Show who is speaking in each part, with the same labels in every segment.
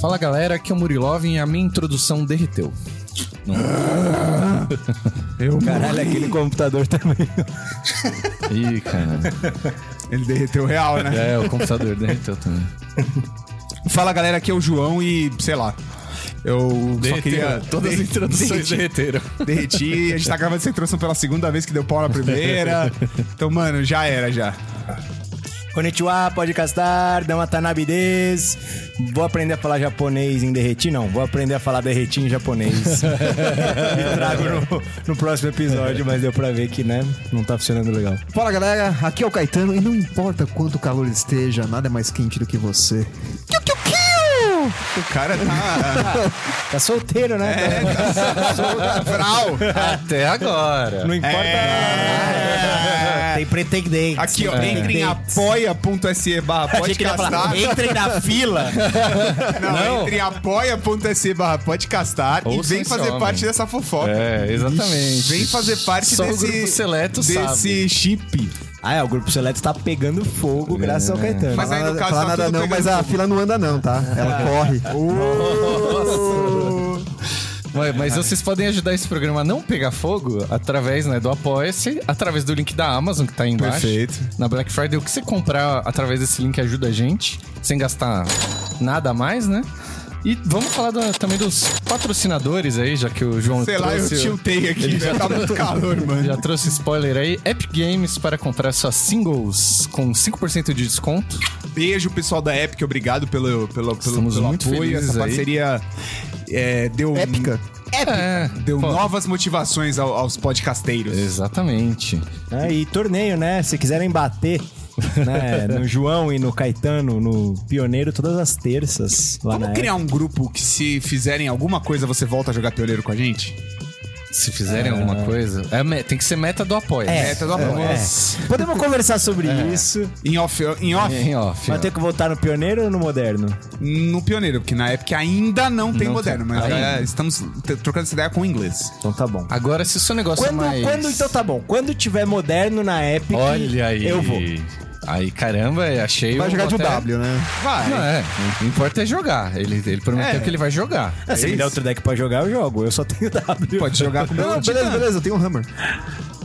Speaker 1: Fala galera, aqui é o Murilov e a minha introdução derreteu. Não.
Speaker 2: Eu
Speaker 1: é
Speaker 3: Caralho, aquele computador também.
Speaker 1: Ih, cara.
Speaker 2: Ele derreteu real, né?
Speaker 1: É, o computador derreteu também.
Speaker 2: Fala galera, aqui é o João e, sei lá. Eu só queria.
Speaker 1: Todas as
Speaker 2: derre-
Speaker 1: introduções
Speaker 2: derreti,
Speaker 1: derreteram.
Speaker 2: derreti. A gente tá gravando essa introdução pela segunda vez que deu pau na primeira. Então, mano, já era já.
Speaker 3: Konnichiwa, podcastar, dá uma tanabides. Vou aprender a falar japonês em derretir, não. Vou aprender a falar derretir em japonês. E Trago no, no próximo episódio, mas deu pra ver que, né, não tá funcionando legal.
Speaker 4: Fala galera, aqui é o Caetano e não importa quanto calor esteja, nada é mais quente do que você.
Speaker 2: O cara tá.
Speaker 3: Tá solteiro, né?
Speaker 2: é, tá solto, frau.
Speaker 1: Até agora.
Speaker 3: Não importa.
Speaker 2: É.
Speaker 3: Tem pretendentes.
Speaker 2: Aqui,
Speaker 1: É.
Speaker 2: ó,
Speaker 3: tem
Speaker 2: entre em
Speaker 3: pretendentes.
Speaker 2: apoia.se barra
Speaker 3: Achei que ele ia falar,
Speaker 2: podcastar.
Speaker 3: Entrem na fila.
Speaker 2: Não,
Speaker 1: Não.
Speaker 2: entre apoia.se barra podcastar e
Speaker 1: Ouça
Speaker 2: vem
Speaker 1: esse
Speaker 2: fazer
Speaker 1: homem.
Speaker 2: parte dessa fofoca.
Speaker 1: É, exatamente.
Speaker 2: Vem fazer parte
Speaker 1: Só o
Speaker 2: desse.
Speaker 1: grupo seleto
Speaker 2: desse
Speaker 1: sabe.
Speaker 2: chip.
Speaker 3: Ah, é, o grupo seleto tá pegando fogo, graças ao Caetano.
Speaker 2: É. Mas aí, no
Speaker 4: nada,
Speaker 2: caso,
Speaker 4: falar
Speaker 2: tá
Speaker 4: nada
Speaker 2: tudo
Speaker 4: não,
Speaker 2: pegando
Speaker 4: mas a
Speaker 2: fogo.
Speaker 4: fila não anda não, tá? Ela corre.
Speaker 2: É,
Speaker 1: Mas, mas vocês podem ajudar esse programa a não pegar fogo através né, do Apoia-se, através do link da Amazon que tá aí embaixo.
Speaker 2: Perfeito.
Speaker 1: Na Black Friday, o que você comprar através desse link ajuda a gente, sem gastar nada a mais, né? E vamos falar da- também dos patrocinadores aí, já que o João
Speaker 2: Sei lá, eu
Speaker 1: trouxe o-
Speaker 2: tiltei aqui, velho. Tá muito calor, mano.
Speaker 1: Já trouxe spoiler aí. Epic Games para comprar suas singles com 5% de desconto.
Speaker 2: Beijo, pessoal da Epic, obrigado pelo, pelo, pelo,
Speaker 1: Estamos
Speaker 2: pelo
Speaker 1: muito
Speaker 2: apoio.
Speaker 1: felizes
Speaker 2: Essa
Speaker 1: aí.
Speaker 2: parceria é, deu,
Speaker 4: Épica.
Speaker 1: É,
Speaker 2: deu
Speaker 1: pô,
Speaker 2: novas motivações ao- aos podcasteiros.
Speaker 1: Exatamente.
Speaker 3: É, e torneio, né? Se quiserem bater né, no João e no Caetano, no Pioneiro, todas as terças lá na
Speaker 1: né?
Speaker 2: Vamos criar um grupo que, se fizerem alguma coisa, você volta a jogar pioneiro com a gente?
Speaker 1: Se fizerem alguma coisa. é me- tem que ser meta do apoio.
Speaker 3: É,
Speaker 2: Meta do
Speaker 3: é,
Speaker 2: apoio.
Speaker 3: é. Podemos conversar sobre isso.
Speaker 2: Em off, em off
Speaker 1: Em off.
Speaker 3: Vai
Speaker 1: ó.
Speaker 3: ter que voltar no Pioneiro ou no Moderno?
Speaker 2: no pioneiro, porque na Epic ainda não tem
Speaker 1: Não
Speaker 2: moderno,
Speaker 1: tem.
Speaker 2: mas
Speaker 1: Ainda.
Speaker 2: é, estamos t- trocando essa ideia com o inglês.
Speaker 3: Então tá bom.
Speaker 1: Agora, se o seu negócio
Speaker 3: Quando,
Speaker 1: é Ah, mais...
Speaker 3: quando- então tá bom. Quando tiver Moderno na Epic,
Speaker 1: Olha aí.
Speaker 3: eu vou.
Speaker 1: Aí, caramba, achei...
Speaker 4: Vai
Speaker 1: um
Speaker 4: jogar de
Speaker 1: até-
Speaker 4: W, né?
Speaker 2: Vai.
Speaker 1: Não, é. O importa é jogar. Ele, ele prometeu
Speaker 2: É.
Speaker 1: que ele vai jogar.
Speaker 3: Ah, se me der outro deck pra jogar, eu jogo. Eu só tenho W.
Speaker 2: Pode jogar com o meu
Speaker 4: Não,
Speaker 2: Titan.
Speaker 4: beleza, beleza, eu tenho um hammer.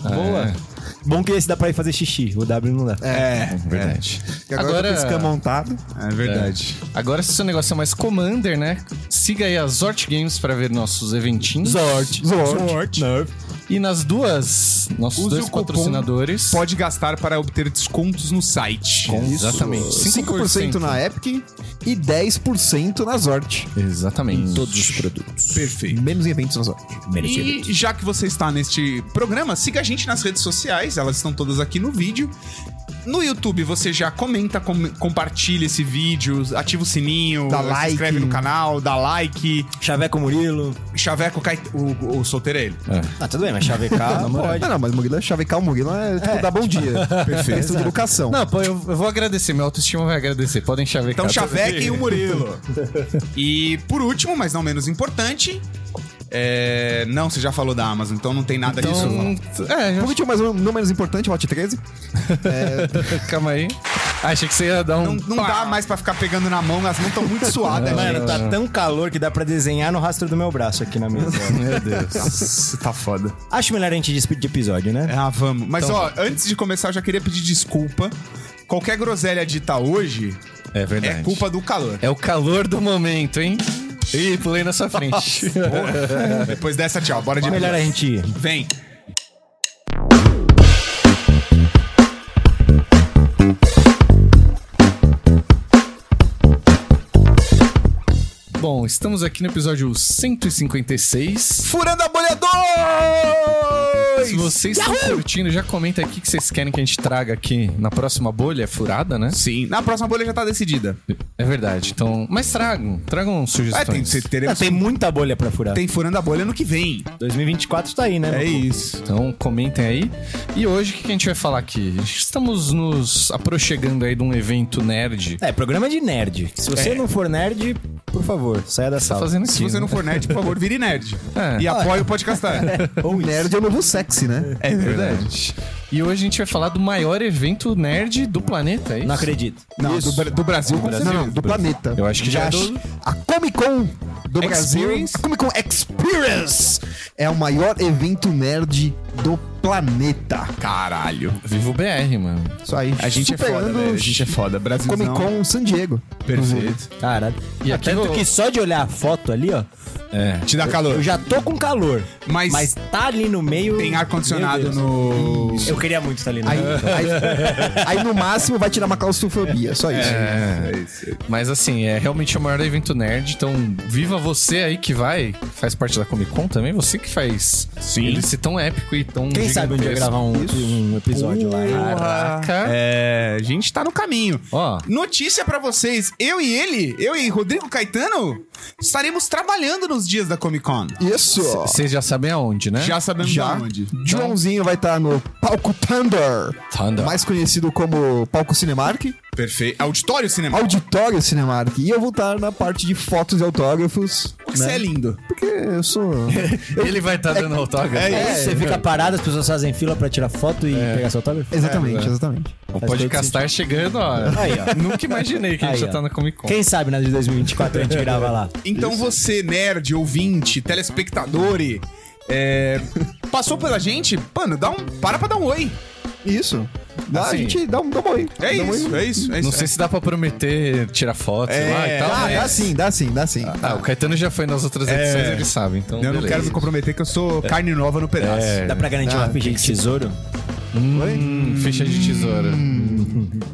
Speaker 3: Boa.
Speaker 1: É,
Speaker 3: Bom que esse dá pra ir fazer xixi. O W não dá.
Speaker 2: É,
Speaker 1: Verdade.
Speaker 4: E agora, eu tô com esse cam montado.
Speaker 2: é verdade.
Speaker 1: Agora, se o seu negócio é mais Commander, né? Siga aí a Zort Games para ver nossos eventinhos. Zort.
Speaker 2: Sorte.
Speaker 1: E nas duas, nossos
Speaker 2: Use
Speaker 1: dois
Speaker 2: o cupom
Speaker 1: patrocinadores.
Speaker 2: Pode gastar para obter descontos no site.
Speaker 1: Exatamente.
Speaker 4: 5%,
Speaker 1: 5%,
Speaker 4: na Epic e 10% na Zort.
Speaker 1: Exatamente.
Speaker 3: Todos os produtos.
Speaker 2: Perfeito.
Speaker 4: Menos em eventos na Zort.
Speaker 3: Merecido.
Speaker 2: E já que você está neste programa, siga a gente nas redes sociais, elas estão todas aqui no vídeo. No YouTube você já comenta, com- compartilha esse vídeo, ativa o sininho,
Speaker 4: Dá
Speaker 2: se
Speaker 4: like.
Speaker 2: inscreve no canal, dá like.
Speaker 3: Chaveco Murilo.
Speaker 2: Chaveco cai. O, o solteiro é ele.
Speaker 3: Ah, tudo bem, mas chavecar não pode.
Speaker 4: Não, não, mas Murilo é chavecar o Murilo, é tipo, dá bom dia. Perfeito. Questão de educação.
Speaker 1: Não, pô, eu, eu vou agradecer. Minha autoestima vai agradecer. Podem chavecar.
Speaker 2: Então, Chaveco e o Murilo. E por último, mas não menos importante. é, Não, você já falou da Amazon, então não tem nada disso.
Speaker 1: Então, é,
Speaker 4: Por
Speaker 1: já-
Speaker 4: que tinha mais um não menos importante, Hot 13?
Speaker 1: calma aí. Achei que você ia dar um.
Speaker 2: Não, não
Speaker 1: pá.
Speaker 2: dá mais pra ficar pegando na mão, elas não estão muito suadas. gente.
Speaker 3: Mano, tá tão calor que dá pra desenhar no rastro do meu braço aqui na mesa.
Speaker 1: Meu Deus.
Speaker 2: tá foda.
Speaker 3: Acho melhor a gente despedir de episódio, né?
Speaker 2: Ah, vamos. Mas ó, antes de começar, eu já queria pedir desculpa. Qualquer groselha dita hoje
Speaker 1: É verdade.
Speaker 2: é culpa do calor.
Speaker 1: É o calor do momento, hein? Ih, pulei na sua frente.
Speaker 2: Depois dessa, tchau. Bora de
Speaker 3: Melhor a gente ir.
Speaker 2: Vem.
Speaker 1: Bom, estamos aqui no episódio 156.
Speaker 2: Furando a bolha 2!
Speaker 1: Se vocês estão curtindo, já comenta aqui o que vocês querem que a gente traga aqui na próxima bolha furada, né?
Speaker 2: Sim. Na próxima bolha já tá decidida.
Speaker 1: É verdade. Então, mas tragam, tragam
Speaker 2: É,
Speaker 1: sugestões.
Speaker 2: tem, cê-
Speaker 3: Ah,
Speaker 2: teremos,
Speaker 3: tem muita bolha pra furar.
Speaker 2: tem furando a bolha no que vem.
Speaker 3: 2024 tá aí, né?
Speaker 2: É isso.
Speaker 1: Então comentem aí. E hoje o que que a gente vai falar aqui? Estamos nos aproxegando aí de um evento nerd.
Speaker 3: É, programa de nerd. Se você não for nerd, por favor, saia da
Speaker 1: Tá
Speaker 3: sala.
Speaker 1: fazendo
Speaker 2: Se
Speaker 1: aqui,
Speaker 2: você
Speaker 1: né?
Speaker 2: não for nerd, por favor, vire nerd.
Speaker 1: É.
Speaker 2: E apoie o podcastar.
Speaker 4: O nerd é o novo sexy, né?
Speaker 2: É verdade.
Speaker 1: Verdade. E hoje a gente vai falar do maior evento nerd do planeta, é isso?
Speaker 3: Não acredito.
Speaker 4: Não, do, Bra- do Brasil, com
Speaker 3: Brasil.
Speaker 4: certeza. Não, não, do planeta.
Speaker 1: Eu acho que já é
Speaker 4: acho-
Speaker 1: do-
Speaker 4: A Comic Con do Brasil.
Speaker 2: Experience?
Speaker 4: A Comic Con Experience é o maior evento nerd do planeta.
Speaker 2: Caralho.
Speaker 1: Viva o BR, mano.
Speaker 4: Isso aí.
Speaker 2: A gente é foda,
Speaker 4: superando
Speaker 2: velho. A gente é foda. Brasilzão.
Speaker 4: Comic Con San Diego.
Speaker 2: Perfeito.
Speaker 3: Caralho.
Speaker 1: E
Speaker 3: Ah,
Speaker 1: até
Speaker 3: Tanto
Speaker 1: o-
Speaker 3: que só de olhar a foto ali, ó,
Speaker 1: É.
Speaker 2: Te dá calor.
Speaker 3: eu já tô com calor.
Speaker 2: Mas-
Speaker 3: mas tá ali no meio.
Speaker 2: Tem ar-condicionado
Speaker 3: Meu Deus.
Speaker 2: no...
Speaker 3: Eu queria muito estar ali no
Speaker 4: Aí,
Speaker 3: meio.
Speaker 4: aí- aí, no máximo vai tirar uma claustrofobia, só isso.
Speaker 2: É isso.
Speaker 1: Mas assim, é realmente o maior evento nerd, então viva você aí que vai, faz parte da Comic Con também, você que faz
Speaker 2: Sim.
Speaker 1: ele ser tão épico e tão
Speaker 3: Quem sabe um dia
Speaker 1: gigantesco.
Speaker 3: gravar um, um episódio lá.
Speaker 1: Caraca.
Speaker 2: É, a gente tá no caminho.
Speaker 1: Ó.
Speaker 2: Notícia pra vocês, eu e ele, eu e Rodrigo Caetano, estaremos trabalhando nos dias da Comic Con.
Speaker 4: Isso.
Speaker 1: Vocês já sabem aonde, né?
Speaker 2: Já sabemos
Speaker 4: Já.
Speaker 2: aonde.
Speaker 4: Joãozinho vai estar no palco Thunder,
Speaker 1: Thunder.
Speaker 4: mais conhecido como palco Cinemark,
Speaker 2: Perfeito. Auditório Cinema.
Speaker 4: auditório Cinemark. E eu vou estar na parte de fotos e autógrafos,
Speaker 2: Porque Você é lindo.
Speaker 4: porque eu sou.
Speaker 1: Ele vai estar dando autógrafo.
Speaker 2: É
Speaker 3: É,
Speaker 2: isso.
Speaker 3: você fica parado, as pessoas fazem fila pra tirar foto e pegar seu autógrafo?
Speaker 2: É,
Speaker 4: exatamente, exatamente.
Speaker 1: O
Speaker 3: Faz assim.
Speaker 1: podcastar chegando, ó.
Speaker 3: Aí, ó.
Speaker 1: Nunca imaginei que a gente
Speaker 3: Aí,
Speaker 1: já
Speaker 3: ó.
Speaker 1: tá na Comic Con.
Speaker 3: Quem sabe na de 2024 a gente grava lá.
Speaker 2: Então você, nerd, ouvinte, telespectador, é, passou pela gente, mano, dá um, para pra dar um oi.
Speaker 4: Isso. Dá,
Speaker 1: Assim.
Speaker 4: a gente dá um, dá um oi.
Speaker 2: É
Speaker 4: dá um oi.
Speaker 2: isso, é isso, é isso.
Speaker 1: Não sei se dá pra prometer tirar foto
Speaker 2: É,
Speaker 1: lá e tal,
Speaker 4: Ah,
Speaker 1: mas...
Speaker 4: dá sim, É. dá sim, dá sim.
Speaker 1: Ah, o Caetano já foi nas outras edições, ele sabe, então
Speaker 2: Eu não
Speaker 1: beleza.
Speaker 2: quero me comprometer que eu sou carne nova no pedaço.
Speaker 1: É.
Speaker 3: Dá pra garantir uma
Speaker 4: Ah,
Speaker 3: ficha de tesouro?
Speaker 1: Hum, ficha de tesoura.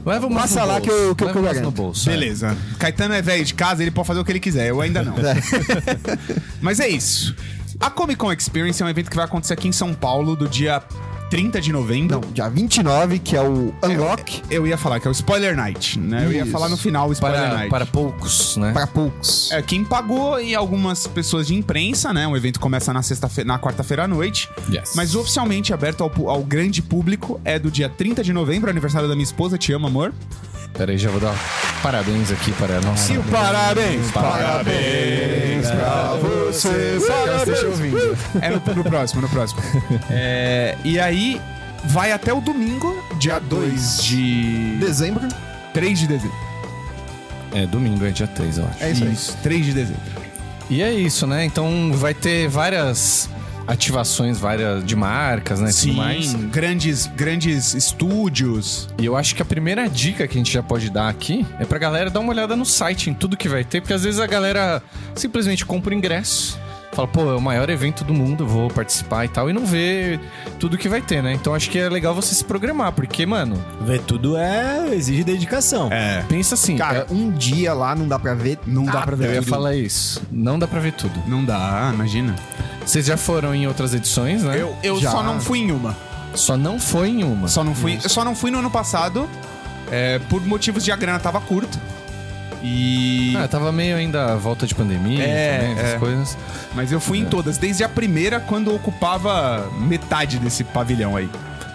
Speaker 1: Leva umas
Speaker 4: Hum. Passa
Speaker 1: no
Speaker 4: lá
Speaker 1: bolso.
Speaker 4: que eu- que eu
Speaker 1: Leva umas
Speaker 4: garanto.
Speaker 1: no bolso. é.
Speaker 2: Beleza. Caetano é velho de casa, ele pode fazer o que ele quiser, eu ainda não.
Speaker 1: É.
Speaker 2: Mas é isso. A Comic Con Experience é um evento que vai acontecer aqui em São Paulo do dia 30 de novembro.
Speaker 4: Não, dia 29, que é o Unlock,
Speaker 2: Eu ia falar que é o Spoiler Night, né? Eu ia
Speaker 4: Isso.
Speaker 2: falar no final o Spoiler
Speaker 1: Para,
Speaker 2: Night.
Speaker 1: para poucos, né?
Speaker 4: para poucos.
Speaker 2: É, quem pagou e algumas pessoas de imprensa, né? O evento começa na sexta-feira, na quarta-feira à noite.
Speaker 1: Yes.
Speaker 2: Mas oficialmente aberto ao, pu- ao grande público é do dia 30 de novembro, aniversário da minha esposa, te amo, amor.
Speaker 1: Peraí, já vou dar parabéns aqui para a nossa.
Speaker 2: E o parabéns!
Speaker 4: Parabéns pra você.
Speaker 1: Deixa eu ouvir.
Speaker 2: É no, no próximo, no próximo. É, e aí vai até o domingo, dia 2 de.
Speaker 4: Dezembro.
Speaker 2: 3 de dezembro.
Speaker 1: É domingo, é dia 3, eu acho.
Speaker 4: É isso aí.
Speaker 2: 3 de dezembro.
Speaker 1: E é isso, né? Então vai ter várias ativações várias de marcas, né? e Tudo mais.
Speaker 2: grandes, grandes estúdios.
Speaker 1: E eu acho que a primeira dica que a gente já pode dar aqui é pra galera dar uma olhada no site, em tudo que vai ter, porque às vezes a galera simplesmente compra o ingresso, fala, pô, é o maior evento do mundo, vou participar e tal, e não vê tudo que vai ter, né? Então acho que é legal você se programar, porque, mano,
Speaker 3: Ver tudo é. exige dedicação.
Speaker 2: É.
Speaker 1: pensa assim.
Speaker 4: Cara, um dia lá não dá pra ver.
Speaker 2: Não dá pra
Speaker 1: eu, Ah, eu
Speaker 2: ver
Speaker 1: ia
Speaker 2: tudo.
Speaker 1: falar isso. Não dá pra ver tudo.
Speaker 2: Não dá, imagina.
Speaker 1: Vocês já foram em outras edições, né?
Speaker 2: Eu, eu
Speaker 4: Já.
Speaker 2: só não fui em uma.
Speaker 1: Só não foi em uma.
Speaker 2: Só não fui, eu só não fui no ano passado é, por motivos de a grana tava curta. E.
Speaker 1: Ah, tava meio ainda à volta de pandemia,
Speaker 2: É,
Speaker 1: também, essas
Speaker 2: é.
Speaker 1: coisas.
Speaker 2: Mas eu fui em todas, desde a primeira, quando ocupava metade desse pavilhão aí.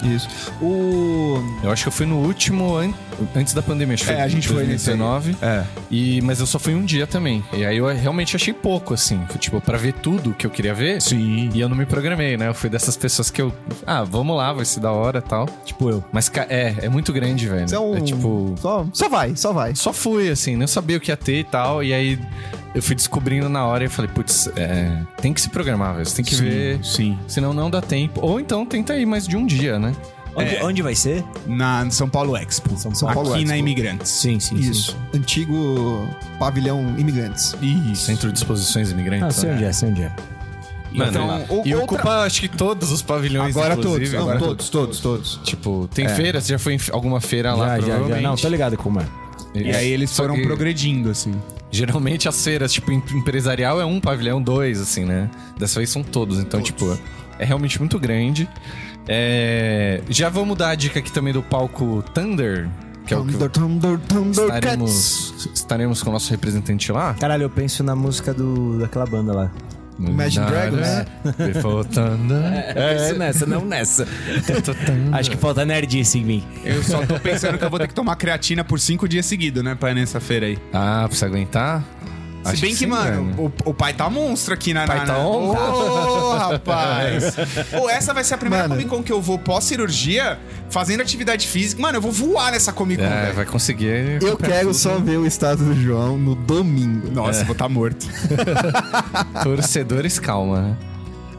Speaker 4: Isso. O.
Speaker 1: Eu acho que eu fui no último an- antes da pandemia, acho que
Speaker 2: É, a gente foi nesse aí.
Speaker 1: 2019.
Speaker 2: É.
Speaker 1: E, mas eu só fui um dia também. E aí eu realmente achei pouco, assim. Foi, Tipo, pra ver tudo que eu queria ver.
Speaker 2: Sim.
Speaker 1: E eu não me programei, né? Eu fui dessas pessoas que eu. Ah, vamos lá, vai ser da hora tal.
Speaker 3: Tipo eu.
Speaker 1: Mas ca- é, é muito grande, velho.
Speaker 2: um
Speaker 4: Então,
Speaker 1: É tipo.
Speaker 4: Só, só vai, só vai.
Speaker 1: Só fui, assim, não sabia o que ia ter e tal. E aí eu fui descobrindo na hora e falei, putz, é, tem que se programar, velho. Você tem que ver.
Speaker 2: Sim.
Speaker 1: Senão não dá tempo. Ou então tenta ir mais de um dia, né?
Speaker 3: Onde, onde vai ser?
Speaker 2: Na São Paulo Expo.
Speaker 3: São
Speaker 4: Paulo
Speaker 2: Aqui
Speaker 4: Expo.
Speaker 2: na Imigrantes.
Speaker 3: Sim, sim.
Speaker 4: Isso. Antigo pavilhão imigrantes.
Speaker 2: Isso.
Speaker 1: Centro de Exposições Imigrantes.
Speaker 3: Ah, sei
Speaker 1: né?
Speaker 3: onde é, sei onde é.
Speaker 1: Mano,
Speaker 2: Então,
Speaker 1: e
Speaker 2: outra-
Speaker 1: ocupa acho que todos os pavilhões,
Speaker 2: Agora
Speaker 1: inclusive,
Speaker 2: todos, não,
Speaker 1: agora
Speaker 2: todos, todos, todos.
Speaker 1: Tipo, tem feira? Você já foi em f- alguma feira Tá lá,
Speaker 3: Já, já, já.
Speaker 1: provavelmente?
Speaker 3: Não, tô ligado como é.
Speaker 2: E aí eles
Speaker 1: Só
Speaker 2: foram
Speaker 1: que
Speaker 2: progredindo, assim.
Speaker 1: Geralmente as feiras, tipo, em- empresarial é um pavilhão, dois, assim, né? Dessa vez são todos, então, tipo, é realmente muito grande. É, Já vamos dar a dica aqui também do palco Thunder, que é o que
Speaker 4: Thunder, Thunder, Thunder Cats.
Speaker 1: estaremos, estaremos com o nosso representante lá.
Speaker 3: Caralho, eu penso na música do, daquela banda lá.
Speaker 4: Imagine Dragons, né?
Speaker 1: Before É. Thunder.
Speaker 3: É, nessa, não nessa. Acho que falta nerdice em mim.
Speaker 2: Eu só tô pensando que eu vou ter que tomar creatina por cinco dias seguidos, né? Pra ir nessa feira aí.
Speaker 1: Ah, pra você aguentar?
Speaker 2: Se
Speaker 1: Acho
Speaker 2: bem
Speaker 1: que
Speaker 2: que,
Speaker 1: sim,
Speaker 2: mano, o, o pai tá monstro aqui na.
Speaker 1: Pai
Speaker 2: na,
Speaker 1: tá
Speaker 2: na...
Speaker 1: on.
Speaker 2: Ô, rapaz! Ou essa vai ser a primeira
Speaker 4: Mano.
Speaker 2: Comic Con que eu vou pós-cirurgia fazendo atividade física. Mano, eu vou voar nessa Comic Con,
Speaker 1: É,
Speaker 2: velho.
Speaker 1: vai conseguir.
Speaker 4: Eu quero só ver o estado do João no domingo.
Speaker 1: É.
Speaker 2: Nossa, eu vou estar morto.
Speaker 1: Torcedores, calma, né?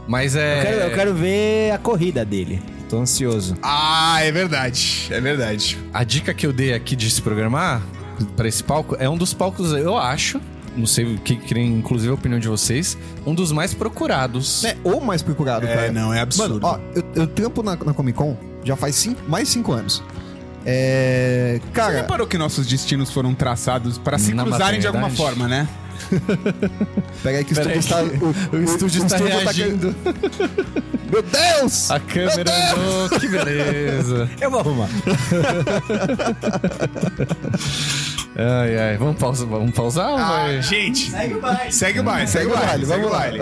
Speaker 1: Mas é.
Speaker 3: Eu quero, eu quero ver a corrida dele. Tô ansioso.
Speaker 2: Ah, é verdade. É verdade.
Speaker 1: A dica que eu dei aqui de se programar pra esse palco é um dos palcos, eu acho. Não sei o que, que inclusive a opinião de vocês. Um dos mais procurados.
Speaker 4: É, ou mais procurado, cara.
Speaker 2: não, é
Speaker 4: Mano, ó, eu, eu trampo na, na Comic Con já faz cinco, mais cinco anos. É.
Speaker 2: Você
Speaker 4: Cara,
Speaker 2: reparou que nossos destinos foram traçados para se
Speaker 1: Na
Speaker 2: cruzarem de alguma
Speaker 1: maternidade?
Speaker 2: forma, né?
Speaker 4: peraí que o
Speaker 1: Peraí
Speaker 4: estúdio está.
Speaker 1: que
Speaker 4: O, tá
Speaker 1: estúdio está reagindo.
Speaker 4: caindo. Meu Deus!
Speaker 1: A câmera andou, que beleza.
Speaker 3: Eu vou arrumar.
Speaker 1: Ai, ai. Vamos pausar? Vamos pausar ou Ah, vai?
Speaker 2: Ah, gente.
Speaker 3: Segue o baile.
Speaker 2: Segue o baile, segue o baile, segue o baile.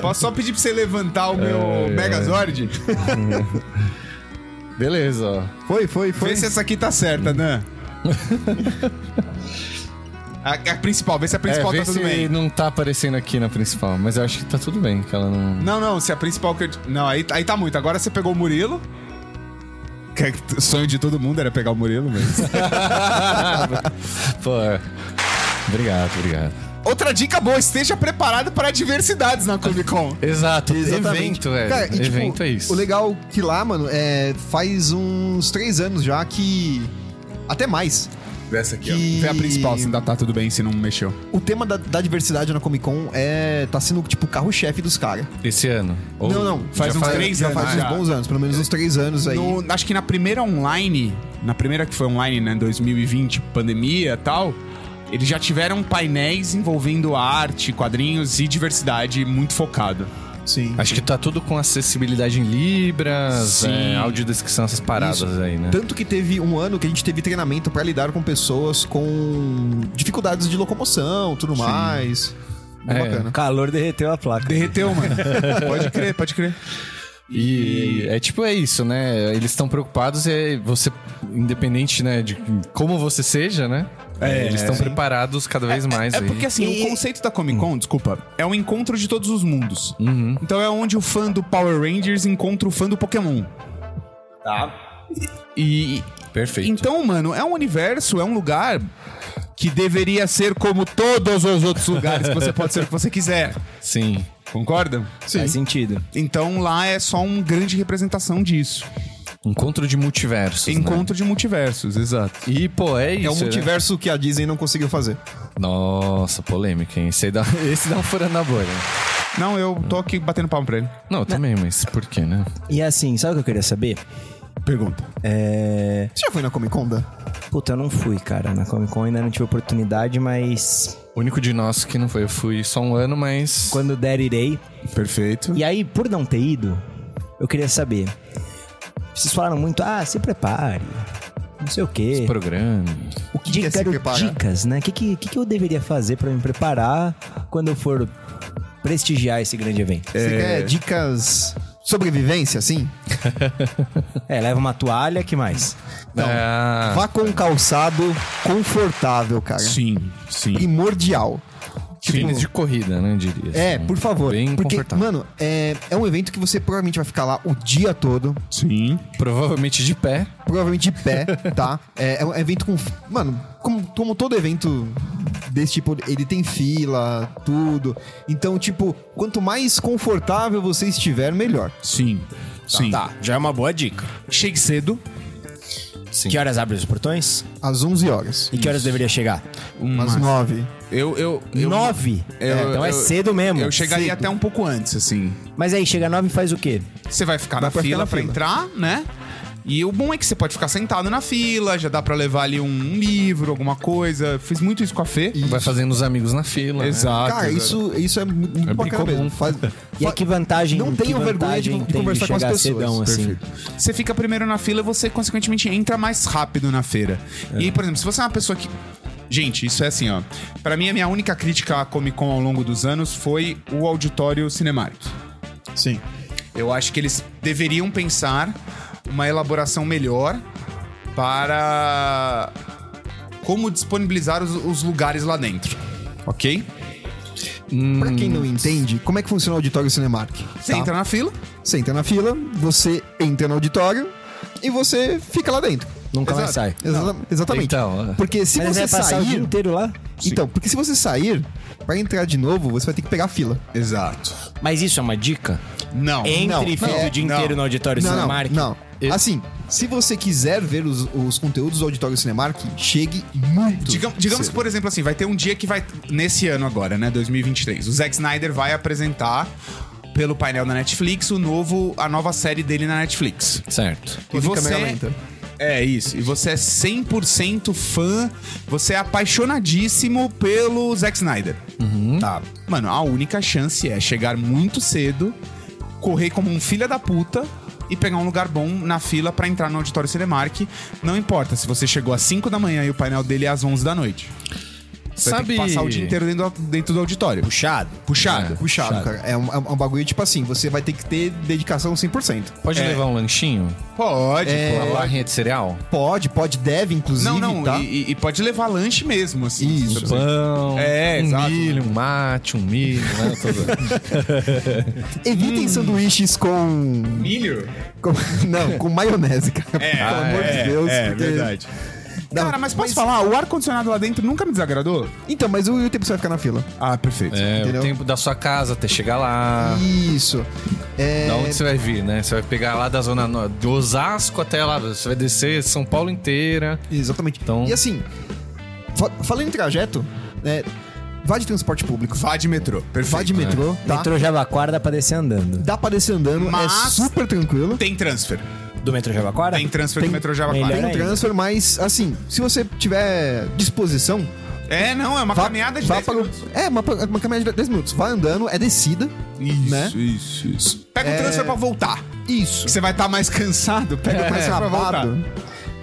Speaker 2: Posso só pedir pra você levantar o meu
Speaker 1: Ai,
Speaker 2: Megazord?
Speaker 1: Beleza, ó.
Speaker 4: Foi, foi, foi.
Speaker 2: Vê se essa aqui tá certa, Dan. A, a principal, vê se a
Speaker 1: É,
Speaker 2: principal
Speaker 1: vê
Speaker 2: tá tudo
Speaker 1: se
Speaker 2: bem.
Speaker 1: não tá aparecendo aqui na principal. Mas eu acho que tá tudo bem, que ela não.
Speaker 2: Não, não, se a principal que eu. Não, aí, aí tá muito. Agora você pegou o Murilo. Que é- sonho de todo mundo era pegar o Murilo, mas.
Speaker 1: Pô. é. Obrigado, obrigado.
Speaker 2: Outra dica boa: esteja preparado para adversidades na Comic Con.
Speaker 1: Exato,
Speaker 4: Exatamente.
Speaker 1: evento, velho.
Speaker 4: Cara, e, tipo,
Speaker 1: evento é isso.
Speaker 4: O legal que lá, mano, é, faz uns três anos já que. Até mais.
Speaker 2: Dessa
Speaker 4: ó.
Speaker 2: Vê a principal, se ainda tá tudo bem, se não mexeu.
Speaker 4: O tema da, da diversidade na Comic Con é, tá sendo, tipo, o carro-chefe dos caras.
Speaker 1: Esse ano. Ou-
Speaker 4: Não, não.
Speaker 2: Faz
Speaker 1: Já
Speaker 2: uns
Speaker 1: faz-
Speaker 2: três
Speaker 4: Já
Speaker 2: anos.
Speaker 4: faz uns
Speaker 2: já.
Speaker 4: bons anos, pelo menos uns três anos aí.
Speaker 2: No- acho que na primeira online, na primeira que foi online, né, 2020, pandemia e tal, eles já tiveram painéis envolvendo arte, quadrinhos e diversidade muito focado.
Speaker 4: Sim.
Speaker 1: Acho que tá tudo com acessibilidade em Libras,
Speaker 2: Sim.
Speaker 1: é, audiodescrição, essas paradas
Speaker 4: Isso.
Speaker 1: aí, né?
Speaker 4: Tanto que teve um ano que a gente teve treinamento pra lidar com pessoas com dificuldades de locomoção, tudo mais. Bem
Speaker 1: É.
Speaker 4: bacana.
Speaker 3: Calor derreteu a placa.
Speaker 2: Derreteu, mano. pode crer, pode crer.
Speaker 1: E é tipo, é isso, né? Eles estão preocupados e é você, independente, né, de como você seja, né?
Speaker 2: É,
Speaker 1: eles estão preparados cada vez mais
Speaker 2: É
Speaker 1: aí.
Speaker 2: porque assim,
Speaker 4: E-
Speaker 2: o conceito da Comic Con, desculpa, é um encontro de todos os mundos.
Speaker 1: Uhum.
Speaker 2: Então é onde o fã do Power Rangers encontra o fã do Pokémon. Tá. E,
Speaker 1: Perfeito.
Speaker 2: Então, mano, é um universo, é um lugar que deveria ser como todos os outros lugares que você pode ser o que você quiser.
Speaker 1: Sim.
Speaker 2: Concordam?
Speaker 3: Faz sentido.
Speaker 2: Então lá é só uma grande representação disso.
Speaker 1: Encontro de multiversos. né?
Speaker 2: Encontro de multiversos, exato.
Speaker 1: E, pô, é isso.
Speaker 4: É um
Speaker 1: né?
Speaker 4: multiverso que a Disney não conseguiu fazer.
Speaker 1: Nossa, polêmica, hein? Esse, aí dá... Esse dá um furando na bolha.
Speaker 2: Não, eu tô aqui batendo palma pra ele.
Speaker 1: Não, eu também, mas por quê, né?
Speaker 3: E assim, sabe o que eu queria saber?
Speaker 2: Pergunta.
Speaker 3: É.
Speaker 4: Você já foi na Comic Con, Dan?
Speaker 3: Puta, eu não fui, cara. Na Comic Con ainda não tive oportunidade, mas
Speaker 1: O único de nós que não foi. Eu fui só um ano, mas.
Speaker 3: quando der, irei.
Speaker 2: Perfeito.
Speaker 3: E aí, por não ter ido, eu queria saber. Vocês falaram muito, ah, se prepare. Não sei o quê.
Speaker 1: Programa.
Speaker 3: O que,
Speaker 4: que
Speaker 3: eu
Speaker 4: é se
Speaker 3: quero
Speaker 4: preparar?
Speaker 3: dicas, né? O que, que, que que eu deveria fazer pra me preparar quando eu for prestigiar esse grande evento?
Speaker 4: Você quer dicas sobrevivência, assim?
Speaker 3: É, leva uma toalha, que mais?
Speaker 4: Não.
Speaker 1: Ah,
Speaker 4: Vá com um calçado confortável, cara.
Speaker 2: Sim, sim.
Speaker 4: Primordial. Tipo,
Speaker 1: Tênis de corrida, né? eu Diria.
Speaker 4: É,
Speaker 1: assim.
Speaker 4: por favor.
Speaker 1: Bem
Speaker 4: porque,
Speaker 1: confortável.
Speaker 4: mano, é, é um evento que você provavelmente vai ficar lá o dia todo.
Speaker 2: Sim.
Speaker 1: Provavelmente de pé.
Speaker 4: provavelmente de pé, tá? É, é um evento com. Mano, como, como todo evento desse tipo, ele tem fila, tudo. Então, tipo, quanto mais confortável você estiver, melhor.
Speaker 2: Sim. Sim.
Speaker 3: já é uma boa dica.
Speaker 2: Tá, Chegue cedo.
Speaker 1: Sim.
Speaker 3: Que horas abre os portões?
Speaker 4: Às 11 horas.
Speaker 3: E que horas deveria chegar?
Speaker 4: Às 9.
Speaker 2: Eu, eu, eu.
Speaker 3: Nove?
Speaker 2: eu-
Speaker 3: É, então é
Speaker 2: eu-
Speaker 3: cedo mesmo.
Speaker 2: Eu chegaria
Speaker 3: Cedo.
Speaker 2: até um pouco antes, assim.
Speaker 3: Mas aí, chega nove e faz o quê?
Speaker 2: Você vai ficar
Speaker 4: Dá
Speaker 2: na
Speaker 4: pra ficar
Speaker 2: fila
Speaker 4: na
Speaker 2: pra
Speaker 4: fila.
Speaker 2: entrar, né? E o bom é que você pode ficar sentado na fila, já dá pra levar ali um livro, alguma coisa. Fiz muito isso com a Fê.
Speaker 1: Vai fazendo os amigos na fila. né?
Speaker 2: Exato.
Speaker 4: Cara,
Speaker 2: exato.
Speaker 4: isso, isso é muito, muito
Speaker 1: Ah, É bem
Speaker 4: bacana
Speaker 1: comum. é
Speaker 4: mesmo. Faz-
Speaker 3: E aí, que vantagem
Speaker 4: Não
Speaker 3: que
Speaker 4: tenham vergonha de-
Speaker 3: vantagem
Speaker 4: de
Speaker 3: tem
Speaker 4: conversar com as
Speaker 3: chegar
Speaker 4: pessoas.
Speaker 3: Cedão, assim?
Speaker 4: Perfeito.
Speaker 2: Você fica primeiro na fila e você, consequentemente, entra mais rápido na feira. E, por exemplo, se você é uma pessoa que. Gente, isso é assim, ó. Pra mim, a minha única crítica à Comic Con ao longo dos anos foi o auditório cinemático.
Speaker 4: né? Sim.
Speaker 2: Eu acho que eles deveriam pensar uma elaboração melhor para como disponibilizar os, os lugares lá dentro. ok?
Speaker 4: Pra quem não entende, como é que funciona o auditório Cinemark?
Speaker 2: Você
Speaker 4: Tá?
Speaker 2: entra na fila,
Speaker 4: Você entra na fila, você entra no auditório e você fica lá dentro.
Speaker 3: Nunca mais
Speaker 4: Exato.
Speaker 3: sai.
Speaker 4: Exa- Exatamente.
Speaker 1: Então, é.
Speaker 4: porque se
Speaker 3: Mas
Speaker 4: você
Speaker 3: vai passar o dia
Speaker 4: sair.
Speaker 3: inteiro lá?
Speaker 4: Então, porque se você sair, pra entrar de novo, você vai ter que pegar a fila.
Speaker 2: Exato.
Speaker 3: Mas isso é uma dica?
Speaker 2: Não.
Speaker 3: Entre
Speaker 4: não,
Speaker 3: e fica
Speaker 4: não,
Speaker 3: o dia
Speaker 2: não.
Speaker 3: inteiro no auditório
Speaker 4: não,
Speaker 3: Cinemark?
Speaker 4: não,
Speaker 1: Eu-
Speaker 4: não. Assim, se você quiser ver os, os conteúdos do Auditório Cinemark, chegue muito.
Speaker 2: Digam- digamos que,
Speaker 4: cedo.
Speaker 2: por exemplo, assim, vai ter um dia que vai. Nesse ano agora, né? 2023. O Zack Snyder vai apresentar pelo painel da Netflix o novo, a nova série dele na Netflix.
Speaker 1: Certo.
Speaker 2: E
Speaker 4: Tudo em
Speaker 2: você.
Speaker 4: câmera lenta.
Speaker 2: É isso. E você é 100% fã, você é apaixonadíssimo pelo Zack Snyder. Tá. Mano, a única chance é chegar muito cedo, correr como um filho da puta e pegar um lugar bom na fila pra entrar no auditório Cinemark. Não importa se você chegou às 5 da manhã e o painel dele é às 11 da noite. Você vai
Speaker 1: Sabe...
Speaker 2: ter que passar o dia inteiro dentro do, dentro do auditório.
Speaker 3: Puxado.
Speaker 2: Puxado.
Speaker 4: Puxado, cara. É um, é um bagulho tipo assim, você vai ter que ter dedicação 100%.
Speaker 1: Pode
Speaker 2: É.
Speaker 1: levar um lanchinho?
Speaker 2: Pode,
Speaker 1: Uma
Speaker 2: pode.
Speaker 1: barrinha de cereal?
Speaker 4: Pode, pode, deve, inclusive,
Speaker 2: Não, não,
Speaker 4: tá?
Speaker 2: e, e pode levar lanche mesmo, assim.
Speaker 4: Isso.
Speaker 2: Você-
Speaker 1: Pão,
Speaker 2: É,
Speaker 1: um
Speaker 2: exato.
Speaker 1: milho, um mate, um milho, né? Todo-
Speaker 2: Hum.
Speaker 4: Evitem sanduíches com,
Speaker 2: Milho?
Speaker 4: com- Não, com maionese, cara.
Speaker 2: É,
Speaker 4: Pelo amor
Speaker 2: é,
Speaker 4: de Deus.
Speaker 2: é
Speaker 4: porque-
Speaker 2: verdade.
Speaker 4: Não,
Speaker 2: Cara, mas posso falar? O ar-condicionado lá dentro nunca me desagradou?
Speaker 4: Então, mas o tempo você vai ficar na fila.
Speaker 2: Ah, perfeito.
Speaker 1: É, o
Speaker 4: Entendeu?
Speaker 1: tempo da sua casa até chegar lá.
Speaker 4: Isso. É,
Speaker 1: Ah. Da onde você vai vir, né? Você vai pegar lá da zona no... do Osasco até lá, você vai descer São Paulo inteira.
Speaker 4: Exatamente.
Speaker 1: Então-
Speaker 4: E assim, fa- falando em trajeto, é, vá de transporte público,
Speaker 2: Vá de metrô. Perfeito. né?
Speaker 4: vá de metrô, tá?
Speaker 3: Metrô Jabaquara dá pra descer andando.
Speaker 4: Dá pra descer andando,
Speaker 2: Mas-
Speaker 4: é super tranquilo.
Speaker 2: Tem transfer.
Speaker 3: Do metrô Jabaquara?
Speaker 2: Tem transfer
Speaker 4: Tem-
Speaker 2: do metrô Jabaquara.
Speaker 3: Melhor
Speaker 4: Tem um
Speaker 3: ainda.
Speaker 4: transfer, mas assim, se você tiver disposição,
Speaker 2: É, não, é uma caminhada de
Speaker 4: vá
Speaker 2: 10
Speaker 4: para o-
Speaker 2: minutos.
Speaker 4: É, uma, uma caminhada de 10 minutos. Vá andando, é descida, né?
Speaker 2: isso, isso. Pega o
Speaker 4: É.
Speaker 2: transfer pra voltar.
Speaker 4: Isso.
Speaker 2: Que você vai estar mais cansado, pega o
Speaker 4: mais
Speaker 2: transfer É, pra voltar.
Speaker 4: rabado,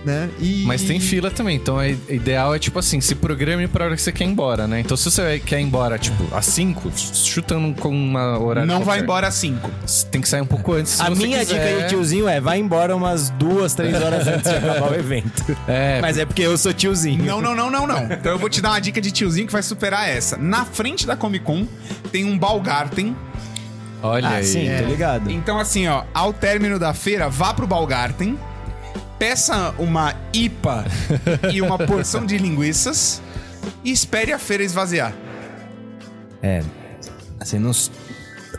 Speaker 4: né? E
Speaker 1: Mas
Speaker 3: Uhum.
Speaker 1: tem fila também, então é ideal é tipo assim, se programe pra hora que você quer ir embora, né? Então se você vai- quer ir embora, tipo, às 5, chutando com uma horário.
Speaker 2: Não vai
Speaker 1: qualquer,
Speaker 2: embora às 5.
Speaker 1: Tem que sair um pouco antes. se
Speaker 3: A
Speaker 1: você
Speaker 3: minha
Speaker 1: quiser.
Speaker 3: dica de tiozinho é vai embora umas duas, três horas antes de acabar o evento.
Speaker 1: É,
Speaker 3: Mas é porque eu sou tiozinho.
Speaker 2: Não, não, não, não, não. Então eu vou te dar uma dica de tiozinho que vai superar essa. Na frente da Comic Con tem um Balgarten.
Speaker 1: olha
Speaker 3: Ah,
Speaker 1: aí.
Speaker 3: sim, tô ligado.
Speaker 2: Então, assim, ó, ao término da feira, vá pro Balgarten, peça uma IPA e uma porção de linguiças e espere a feira esvaziar.
Speaker 3: É. Assim, não. s-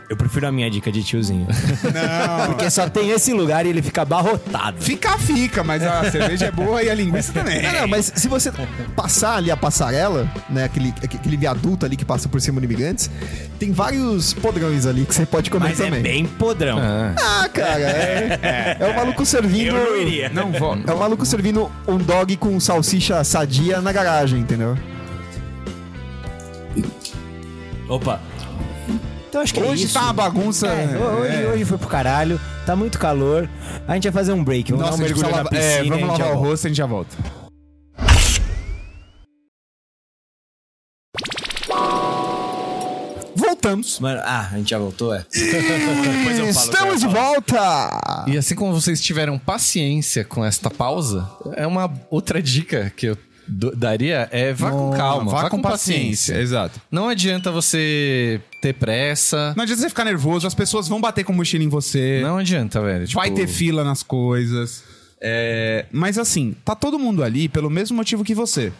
Speaker 3: Eu prefiro a minha dica de tiozinho.
Speaker 2: Não.
Speaker 3: Porque só tem esse lugar e ele fica abarrotado.
Speaker 2: Fica, fica, mas a cerveja é boa e a linguiça também.
Speaker 4: Não, não, mas se você passar ali a passarela, né? Aquele, aquele viaduto ali que passa por cima do imigrantes, tem vários podrões ali que você pode comer
Speaker 3: Mas
Speaker 4: também.
Speaker 3: é bem podrão.
Speaker 1: Ah,
Speaker 4: Ah, cara, é. É o maluco servindo.
Speaker 3: Eu não iria.
Speaker 2: Não vou.
Speaker 4: É o maluco servindo um dog com salsicha sadia na garagem, entendeu?
Speaker 3: Opa. Então acho que é
Speaker 2: Hoje
Speaker 3: isso.
Speaker 2: tá uma bagunça.
Speaker 3: É, hoje, hoje foi pro caralho, tá muito calor. A gente vai fazer um break, vamos
Speaker 2: Nossa,
Speaker 3: dar um
Speaker 2: a gente
Speaker 3: mergulho
Speaker 2: precisa lavar-
Speaker 3: na
Speaker 2: é,
Speaker 3: piscina.
Speaker 2: vamos
Speaker 3: e a gente já
Speaker 2: lavar o
Speaker 3: volta.
Speaker 2: rosto e a gente já volta. Voltamos.
Speaker 3: Mano, ah, a gente já voltou, é.
Speaker 4: Estamos de volta!
Speaker 1: E assim como vocês tiveram paciência com esta pausa, é uma outra dica que eu do- daria é vá com calma, vá, com, paciência.
Speaker 2: Exato.
Speaker 1: Não adianta você ter pressa.
Speaker 2: Não adianta você ficar nervoso, as pessoas vão bater com mochila em você.
Speaker 1: Não, adianta, velho.
Speaker 2: Vai
Speaker 1: tipo-
Speaker 2: ter fila nas coisas. É, mas assim, tá todo mundo ali pelo mesmo motivo que você.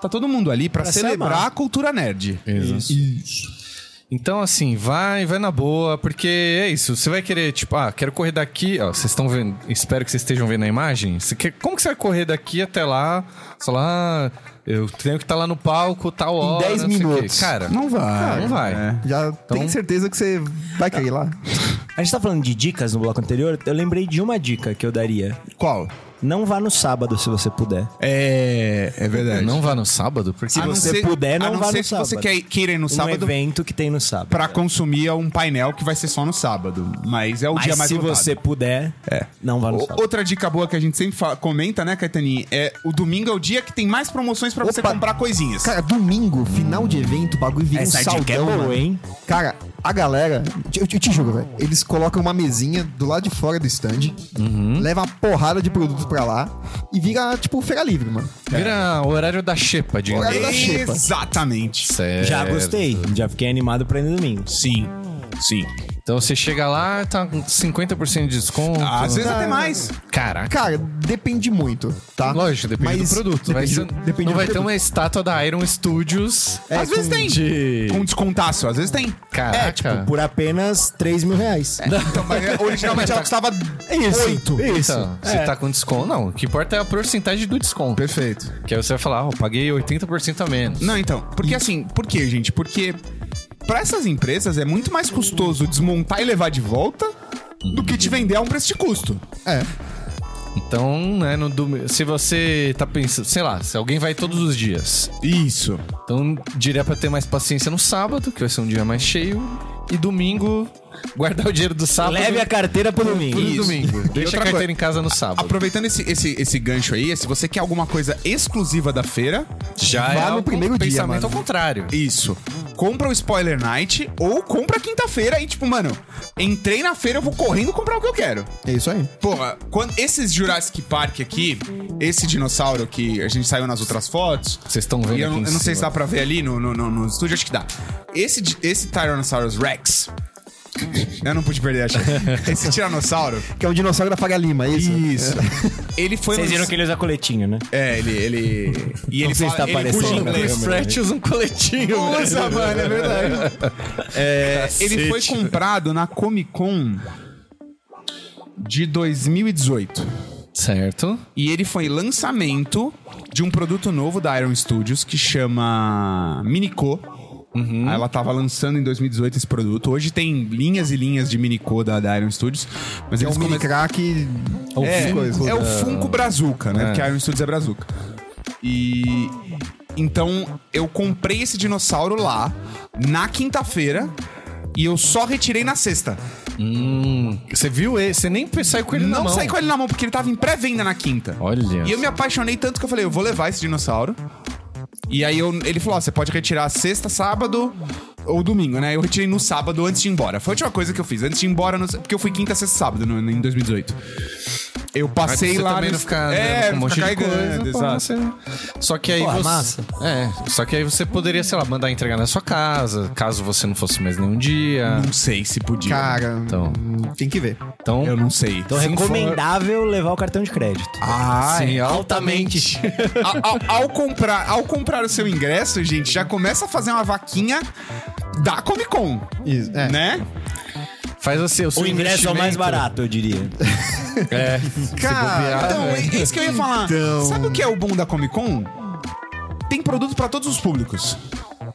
Speaker 2: Tá todo mundo ali pra
Speaker 3: Pra se
Speaker 2: celebrar
Speaker 3: amar.
Speaker 2: a cultura nerd.
Speaker 1: Isso. Então, assim, vai, vai na boa, porque é isso. Você vai querer, tipo, ah, quero correr daqui, ó, vocês estão vendo, espero que vocês estejam vendo a imagem. Você quer- como que você vai correr daqui até lá? Sei lá, eu tenho que estar lá no palco, tal hora.
Speaker 4: 10
Speaker 1: não sei o quê.
Speaker 4: minutos. né?
Speaker 1: Cara,
Speaker 2: Não vai.
Speaker 1: não vai.
Speaker 2: É.
Speaker 4: Já
Speaker 3: Então-
Speaker 4: tenho certeza que você vai cair lá.
Speaker 3: A gente tá falando de dicas no bloco anterior, eu lembrei de uma dica que eu daria.
Speaker 2: Qual?
Speaker 3: Não vá no sábado se você puder.
Speaker 2: É, é verdade.
Speaker 1: Não vá no sábado, porque
Speaker 2: A não
Speaker 3: você puder, não
Speaker 2: a não
Speaker 3: vá
Speaker 2: ser
Speaker 3: no
Speaker 2: se
Speaker 3: sábado.
Speaker 2: você quer, queira ir no
Speaker 3: Um
Speaker 2: sábado
Speaker 3: evento que tem no sábado.
Speaker 2: pra consumir um painel que vai ser só no sábado. Mas é o
Speaker 3: Mas
Speaker 2: dia mais
Speaker 3: se
Speaker 2: lotado. É.
Speaker 3: você puder, não vá no
Speaker 2: O-
Speaker 3: sábado.
Speaker 2: Outra dica boa que a gente sempre fa- comenta, né, Caetani? É o domingo é o dia que tem mais promoções pra você
Speaker 4: Opa.
Speaker 2: comprar coisinhas.
Speaker 4: Cara, domingo, final de evento, o bagulho vira
Speaker 3: Essa
Speaker 4: um
Speaker 3: dica é
Speaker 4: saldão,
Speaker 3: boa,
Speaker 4: mano.
Speaker 3: hein?
Speaker 4: Cara, a galera, eu, eu te juro, velho, eles colocam uma mesinha do lado de fora do stand, leva uma porrada de produtos pra pra lá e vira, tipo, feira livre, mano.
Speaker 1: Vira o horário da xepa, de É.
Speaker 4: Horário da xepa.
Speaker 2: Exatamente.
Speaker 1: Certo.
Speaker 3: Já gostei. Já fiquei animado pra ir no domingo.
Speaker 2: Sim. Sim.
Speaker 1: Então você chega lá, tá com 50% de desconto.
Speaker 2: Às vezes até mais.
Speaker 1: Caraca.
Speaker 4: Cara, depende muito, tá?
Speaker 1: Lógico, depende
Speaker 4: Mas
Speaker 1: do produto. Vai
Speaker 4: Depende,
Speaker 1: ser-
Speaker 4: do- depende
Speaker 1: não
Speaker 4: do
Speaker 1: vai ter
Speaker 4: produto.
Speaker 1: uma estátua da Iron Studios.
Speaker 3: É,
Speaker 2: às vezes
Speaker 3: com-
Speaker 2: tem.
Speaker 1: de-
Speaker 2: Com descontaço, às vezes tem.
Speaker 1: Caraca.
Speaker 3: É, tipo, por apenas 3 mil reais.
Speaker 2: Então,
Speaker 3: é
Speaker 2: mas originalmente ela custava oito.
Speaker 3: Isso.
Speaker 1: Então,
Speaker 3: É.
Speaker 1: você tá com desconto. Não, o que importa é a porcentagem do desconto.
Speaker 2: Perfeito.
Speaker 1: Que aí você vai falar, ó, paguei 80% a menos.
Speaker 2: Não, então. Porque assim, por quê, gente? Porque pra essas empresas é muito mais custoso desmontar e levar de volta do que te vender a um preço de custo.
Speaker 1: Então, né, no dom- se você tá pensando, sei lá, se alguém vai todos os dias.
Speaker 2: Isso.
Speaker 1: Então, diria pra ter mais paciência no sábado, que vai ser um dia mais cheio. E domingo, guardar o dinheiro do sábado.
Speaker 3: Leve a carteira pro domingo.
Speaker 1: pro
Speaker 2: Isso.
Speaker 1: domingo. Deixa
Speaker 2: E
Speaker 1: a
Speaker 2: outra
Speaker 1: carteira
Speaker 2: coisa-
Speaker 1: em casa no sábado.
Speaker 2: Aproveitando esse, esse, esse gancho aí, se você quer alguma coisa exclusiva da feira,
Speaker 1: Já
Speaker 4: Vá
Speaker 1: é
Speaker 4: no
Speaker 1: o
Speaker 4: primeiro dia,
Speaker 1: pensamento
Speaker 4: mano.
Speaker 1: ao contrário.
Speaker 2: isso. Compra o Spoiler Night ou compra quinta-feira e, tipo, mano, entrei na feira, eu vou correndo comprar o que eu quero.
Speaker 4: É isso aí.
Speaker 2: Porra, quando, esses Jurassic Park aqui, esse dinossauro que a gente saiu nas outras fotos,
Speaker 1: Vocês estão vendo
Speaker 2: E eu,
Speaker 1: aqui
Speaker 2: não-
Speaker 1: em
Speaker 2: eu não sei
Speaker 1: cima.
Speaker 2: se dá pra ver ali no, no, no- no estúdio, acho que dá. Esse, di- esse Tyrannosaurus Rex. eu não pude perder, acho. Esse Tiranossauro.
Speaker 4: Que é um dinossauro da Faga Lima, é isso?
Speaker 2: Isso. Ele foi.
Speaker 3: Vocês viram
Speaker 2: lanç-
Speaker 3: que ele usa coletinho, né?
Speaker 2: É, ele. ele... E
Speaker 3: Não
Speaker 2: ele
Speaker 3: sei se tá
Speaker 2: fala, ele
Speaker 3: aparecendo
Speaker 2: puxa
Speaker 3: na
Speaker 2: inglês.
Speaker 3: câmera.
Speaker 1: Fret usa um coletinho.
Speaker 2: Usa, mano, é verdade. É, ele foi comprado na Comic Con de 2018.
Speaker 1: Certo.
Speaker 2: E ele foi lançamento de um produto novo da Iron Studios que chama Minico.
Speaker 1: Uhum.
Speaker 2: Ela tava lançando em 2018 esse produto. Hoje tem linhas e linhas de Minico da, da Iron Studios. Mas
Speaker 4: É um
Speaker 2: eles
Speaker 4: mini
Speaker 2: come-
Speaker 4: crack.
Speaker 2: é,
Speaker 4: coisa.
Speaker 2: é o Funko Brazuca, né? Porque a Iron Studios é Brazuca. E. Então, eu comprei esse dinossauro lá na quinta-feira e eu só retirei na sexta.
Speaker 1: Hum, você viu ele? Você nem saiu com ele na
Speaker 2: Não
Speaker 1: mão.
Speaker 2: saí com ele na mão, porque ele tava em pré-venda na quinta.
Speaker 1: Olha.
Speaker 2: E eu me apaixonei tanto que eu falei, eu vou levar esse dinossauro. E aí eu- ele falou, ó, você pode retirar sexta, sábado ou domingo, né? Eu retirei no sábado antes de ir embora. Foi a última coisa que eu fiz, antes de ir embora, no- porque eu fui quinta, sexta, sábado no- em 2018. Eu passei
Speaker 1: você
Speaker 2: lá...
Speaker 1: também
Speaker 2: no-
Speaker 1: não ficar
Speaker 2: é,
Speaker 1: né, com um
Speaker 2: não
Speaker 1: monte
Speaker 2: ficar
Speaker 1: de coisa.
Speaker 2: carregando,
Speaker 1: pô,
Speaker 2: exato.
Speaker 1: você- Só que aí
Speaker 3: Pô,
Speaker 1: você.
Speaker 3: massa.
Speaker 1: É, só que aí você poderia, sei lá, mandar entregar na sua casa, caso você não fosse mais nenhum dia.
Speaker 2: Não sei se podia.
Speaker 4: Cara,
Speaker 1: Então.
Speaker 4: tem que ver.
Speaker 1: Então.
Speaker 2: Eu não sei.
Speaker 3: Então,
Speaker 1: Sim,
Speaker 3: recomendável levar o cartão de crédito.
Speaker 2: Ah,
Speaker 1: Sim,
Speaker 2: é.
Speaker 1: altamente.
Speaker 2: Ao- ao, ao comprar, ao comprar o seu ingresso, gente, já começa a fazer uma vaquinha da Comic Con,
Speaker 4: Isso, é.
Speaker 2: né?
Speaker 1: Faz o seu.
Speaker 3: O ingresso é o mais barato, eu diria.
Speaker 1: É.
Speaker 2: Cara,
Speaker 1: bobear, Então.
Speaker 2: então,
Speaker 1: né?
Speaker 2: é isso que eu ia falar. Sabe o que é o bom da Comic Con? Tem produto pra todos os públicos.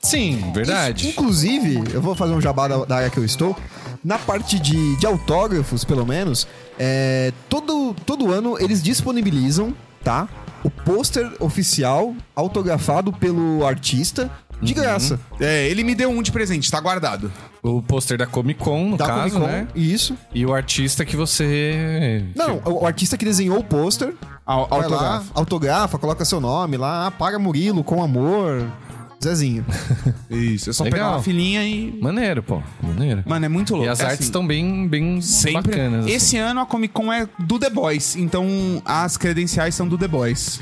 Speaker 1: Sim, verdade.
Speaker 4: Inclusive, eu vou fazer um jabá da, da área que eu estou. Na parte de, de autógrafos, pelo menos, é, todo, todo ano eles disponibilizam, tá? O pôster oficial autografado pelo artista de
Speaker 1: Uhum.
Speaker 4: graça.
Speaker 2: É, ele me deu um de presente, tá guardado.
Speaker 1: O pôster da Comic Con, no
Speaker 4: Da
Speaker 1: caso,
Speaker 4: Comic Con.
Speaker 1: né?
Speaker 4: Isso.
Speaker 1: E o artista que você.
Speaker 4: Não, o, o artista que desenhou o pôster.
Speaker 2: Au-
Speaker 4: vai
Speaker 2: autografo.
Speaker 4: Lá, autografa, coloca seu nome lá. Ah, Para Murilo, com amor. Zezinho.
Speaker 2: Isso, é só
Speaker 1: Legal.
Speaker 2: pegar uma filinha e.
Speaker 1: Maneiro, pô. Maneiro.
Speaker 2: Mano, é muito louco.
Speaker 1: E as
Speaker 2: É
Speaker 1: artes
Speaker 2: assim,
Speaker 1: estão bem, bem
Speaker 2: sempre.
Speaker 1: bacanas. assim.
Speaker 2: Esse ano a Comic Con é do The Boys, então as credenciais são do The Boys.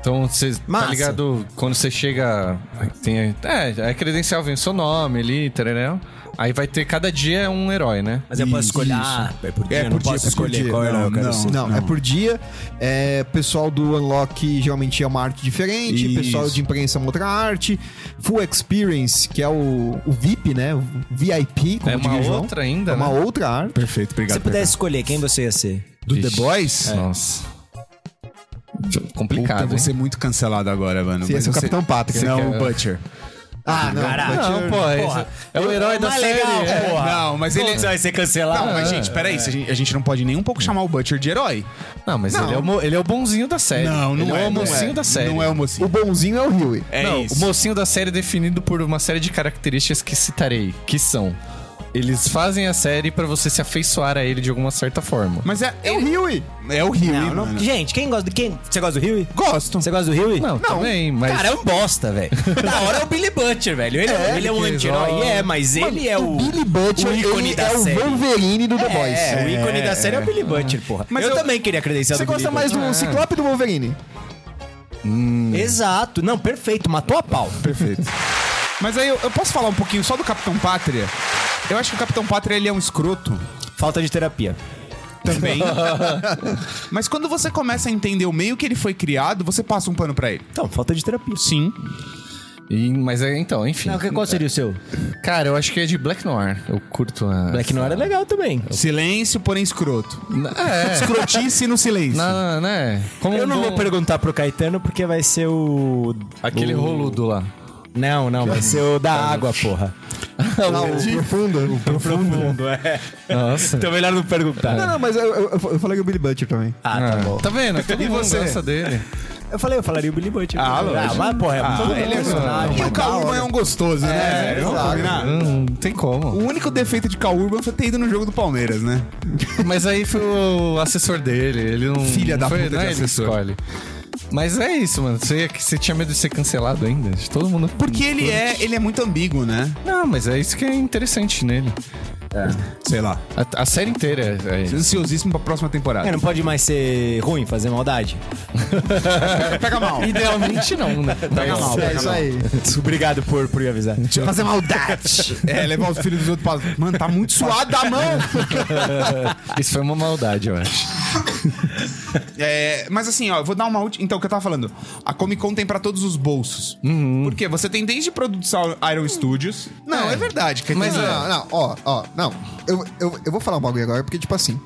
Speaker 1: Então, você tá
Speaker 3: Massa.
Speaker 1: ligado? Quando você chega, tem, é, a credencial vem o seu nome ali, tarará. Aí vai ter cada dia um herói, né?
Speaker 3: Mas eu posso escolher. Ah, é por dia, eu não
Speaker 2: por dia,
Speaker 3: posso
Speaker 2: é por
Speaker 3: escolher
Speaker 2: dia.
Speaker 3: qual
Speaker 2: Não,
Speaker 3: herói eu quero
Speaker 2: não,
Speaker 3: ser.
Speaker 4: Não, é por dia. É, pessoal do Unlock geralmente é uma arte diferente,
Speaker 2: Isso.
Speaker 4: pessoal de imprensa é uma outra arte. Full Experience, que é o, o VIP, né? O VIP, como
Speaker 1: É
Speaker 4: diria
Speaker 1: uma
Speaker 4: o João.
Speaker 1: outra ainda,
Speaker 4: É uma
Speaker 1: né?
Speaker 4: outra arte.
Speaker 2: Perfeito,
Speaker 3: Se
Speaker 2: obrigado.
Speaker 3: você pudesse escolher quem você ia ser.
Speaker 2: Do The
Speaker 1: Vixe.
Speaker 2: Boys?
Speaker 1: Nossa.
Speaker 2: Puta,
Speaker 1: É. Complicado,
Speaker 2: eu vou
Speaker 1: hein?
Speaker 2: ser é muito cancelado agora, mano.
Speaker 4: Você ia
Speaker 2: mas
Speaker 4: ser é o
Speaker 2: eu
Speaker 4: Capitão Pátria.
Speaker 2: Não,
Speaker 1: quer-
Speaker 2: o Butcher.
Speaker 4: Ah, não.
Speaker 3: Caraca.
Speaker 4: mas-
Speaker 1: Não, pô, esse-
Speaker 3: Porra.
Speaker 1: é o herói da
Speaker 3: Mas
Speaker 1: série.
Speaker 3: legal,
Speaker 1: é.
Speaker 3: porra.
Speaker 2: Não, mas ele.
Speaker 3: Você vai ser cancelado.
Speaker 2: Não, mas gente, peraí, se a gente- a gente não pode nem um pouco chamar o Butcher de herói.
Speaker 1: Não, mas Ele, é o, mo- ele é o bonzinho da série. ele é. o mocinho da série.
Speaker 2: Não é o
Speaker 4: O
Speaker 2: mocinho.
Speaker 4: bonzinho é o Huey.
Speaker 2: É
Speaker 1: Não,
Speaker 2: isso.
Speaker 1: o mocinho da série é definido por uma série de características que citarei, que são Eles fazem a série pra você se afeiçoar a ele de alguma certa forma.
Speaker 2: Mas é,
Speaker 4: É o Huey.
Speaker 2: é o Rio,
Speaker 3: Não, não-
Speaker 2: mano.
Speaker 3: Gente, quem gosta de quem? Você gosta do Huey?
Speaker 2: Gosto.
Speaker 3: Você gosta do Huey?
Speaker 1: Não, também, mas.
Speaker 3: Cara, é um bosta, velho. da hora é o Billy Butcher, velho. Ele é, ele é um
Speaker 1: que
Speaker 3: anti-herói,
Speaker 1: resolve.
Speaker 3: é, mas ele é o.
Speaker 4: Billy Butcher,
Speaker 3: o ícone
Speaker 4: ele
Speaker 3: da
Speaker 4: é
Speaker 3: série.
Speaker 4: o Wolverine do The Boys.
Speaker 3: É, o ícone da série é o Billy Butcher, porra.
Speaker 2: Mas
Speaker 3: eu,
Speaker 2: eu-
Speaker 3: também queria credencial
Speaker 4: Você
Speaker 3: do Billy
Speaker 4: gosta mais
Speaker 3: Butcher.
Speaker 4: do
Speaker 2: é um Ah,
Speaker 4: Ciclope ou do Wolverine?
Speaker 3: Exato. Não, perfeito. Matou a pau.
Speaker 2: Perfeito. Mas aí eu, eu posso falar um pouquinho só do Capitão Pátria? Eu acho que o Capitão Pátria ele é um escroto
Speaker 3: Falta de terapia.
Speaker 2: também. Mas quando você começa a entender o meio que ele foi criado, você passa um pano pra ele.
Speaker 3: Então, falta de terapia.
Speaker 2: Sim.
Speaker 1: E- mas é, então, enfim.
Speaker 3: qual seria o seu?
Speaker 1: Cara, eu acho que é de Black Noir. Eu curto a.
Speaker 3: Black Noir é legal também.
Speaker 2: Silêncio, porém escroto.
Speaker 1: É.
Speaker 2: Escrotice no silêncio.
Speaker 1: na, né? Como
Speaker 3: Eu
Speaker 1: um
Speaker 3: não
Speaker 1: bom-
Speaker 3: vou perguntar pro Caetano porque vai ser o.
Speaker 1: Aquele
Speaker 3: o-
Speaker 1: roludo lá.
Speaker 3: Não, não, vai ser o da água, porra.
Speaker 4: Não, o profundo.
Speaker 3: Profundo, é.
Speaker 1: Nossa.
Speaker 3: Então melhor não perguntar.
Speaker 4: Não, não, mas eu, eu, eu falei o Billy Butcher também.
Speaker 3: Ah, tá bom.
Speaker 1: Tá vendo? Todo
Speaker 2: E
Speaker 1: mundo
Speaker 2: você?
Speaker 1: gosta dele.
Speaker 3: Eu falei, eu falaria o Billy Butcher.
Speaker 2: Ah,
Speaker 3: ah
Speaker 2: lógico.
Speaker 3: mas porra, é muito
Speaker 2: ele é
Speaker 3: personagem.
Speaker 2: E o Kaurban é um gostoso,
Speaker 1: é
Speaker 2: né?
Speaker 1: um
Speaker 4: exato.
Speaker 2: Vamos combinar?
Speaker 1: Não, não tem
Speaker 2: O
Speaker 1: como.
Speaker 2: único defeito de Kaurban foi ter ido no jogo do Palmeiras, né?
Speaker 1: Mas aí foi o assessor dele. Ele não.
Speaker 2: Filha da
Speaker 1: foi,
Speaker 2: puta
Speaker 1: não é
Speaker 2: de
Speaker 1: ele que
Speaker 2: assessor.
Speaker 1: escolhe. Mas é isso, mano. Você, você tinha medo de ser cancelado ainda? De todo mundo.
Speaker 2: Porque ele é, ele é muito ambíguo, né?
Speaker 1: Não, mas é isso que é interessante nele.
Speaker 2: Sei lá.
Speaker 1: A, a série inteira é, é isso.
Speaker 2: Ansiosíssimo pra próxima
Speaker 3: É,
Speaker 2: temporada.
Speaker 3: não pode mais ser ruim, fazer maldade.
Speaker 2: É, Pega mal.
Speaker 1: Idealmente não, né? Mas-
Speaker 2: mal.
Speaker 4: É isso aí.
Speaker 3: Obrigado por, por me avisar.
Speaker 2: Fazer maldade. É, levar os filhos dos outros pra... Mano, tá muito suado a mão.
Speaker 1: Isso foi uma maldade, eu acho.
Speaker 2: É, mas assim, ó, eu vou dar uma última... Então, o que eu tava falando. A Comic Con tem pra todos os bolsos. Porque você tem desde produção Iron Studios... Uhum. Não, é, verdade. Que
Speaker 4: Mas não, não, ó, ó, não. Eu, eu, eu vou falar um bagulho agora, porque, tipo assim,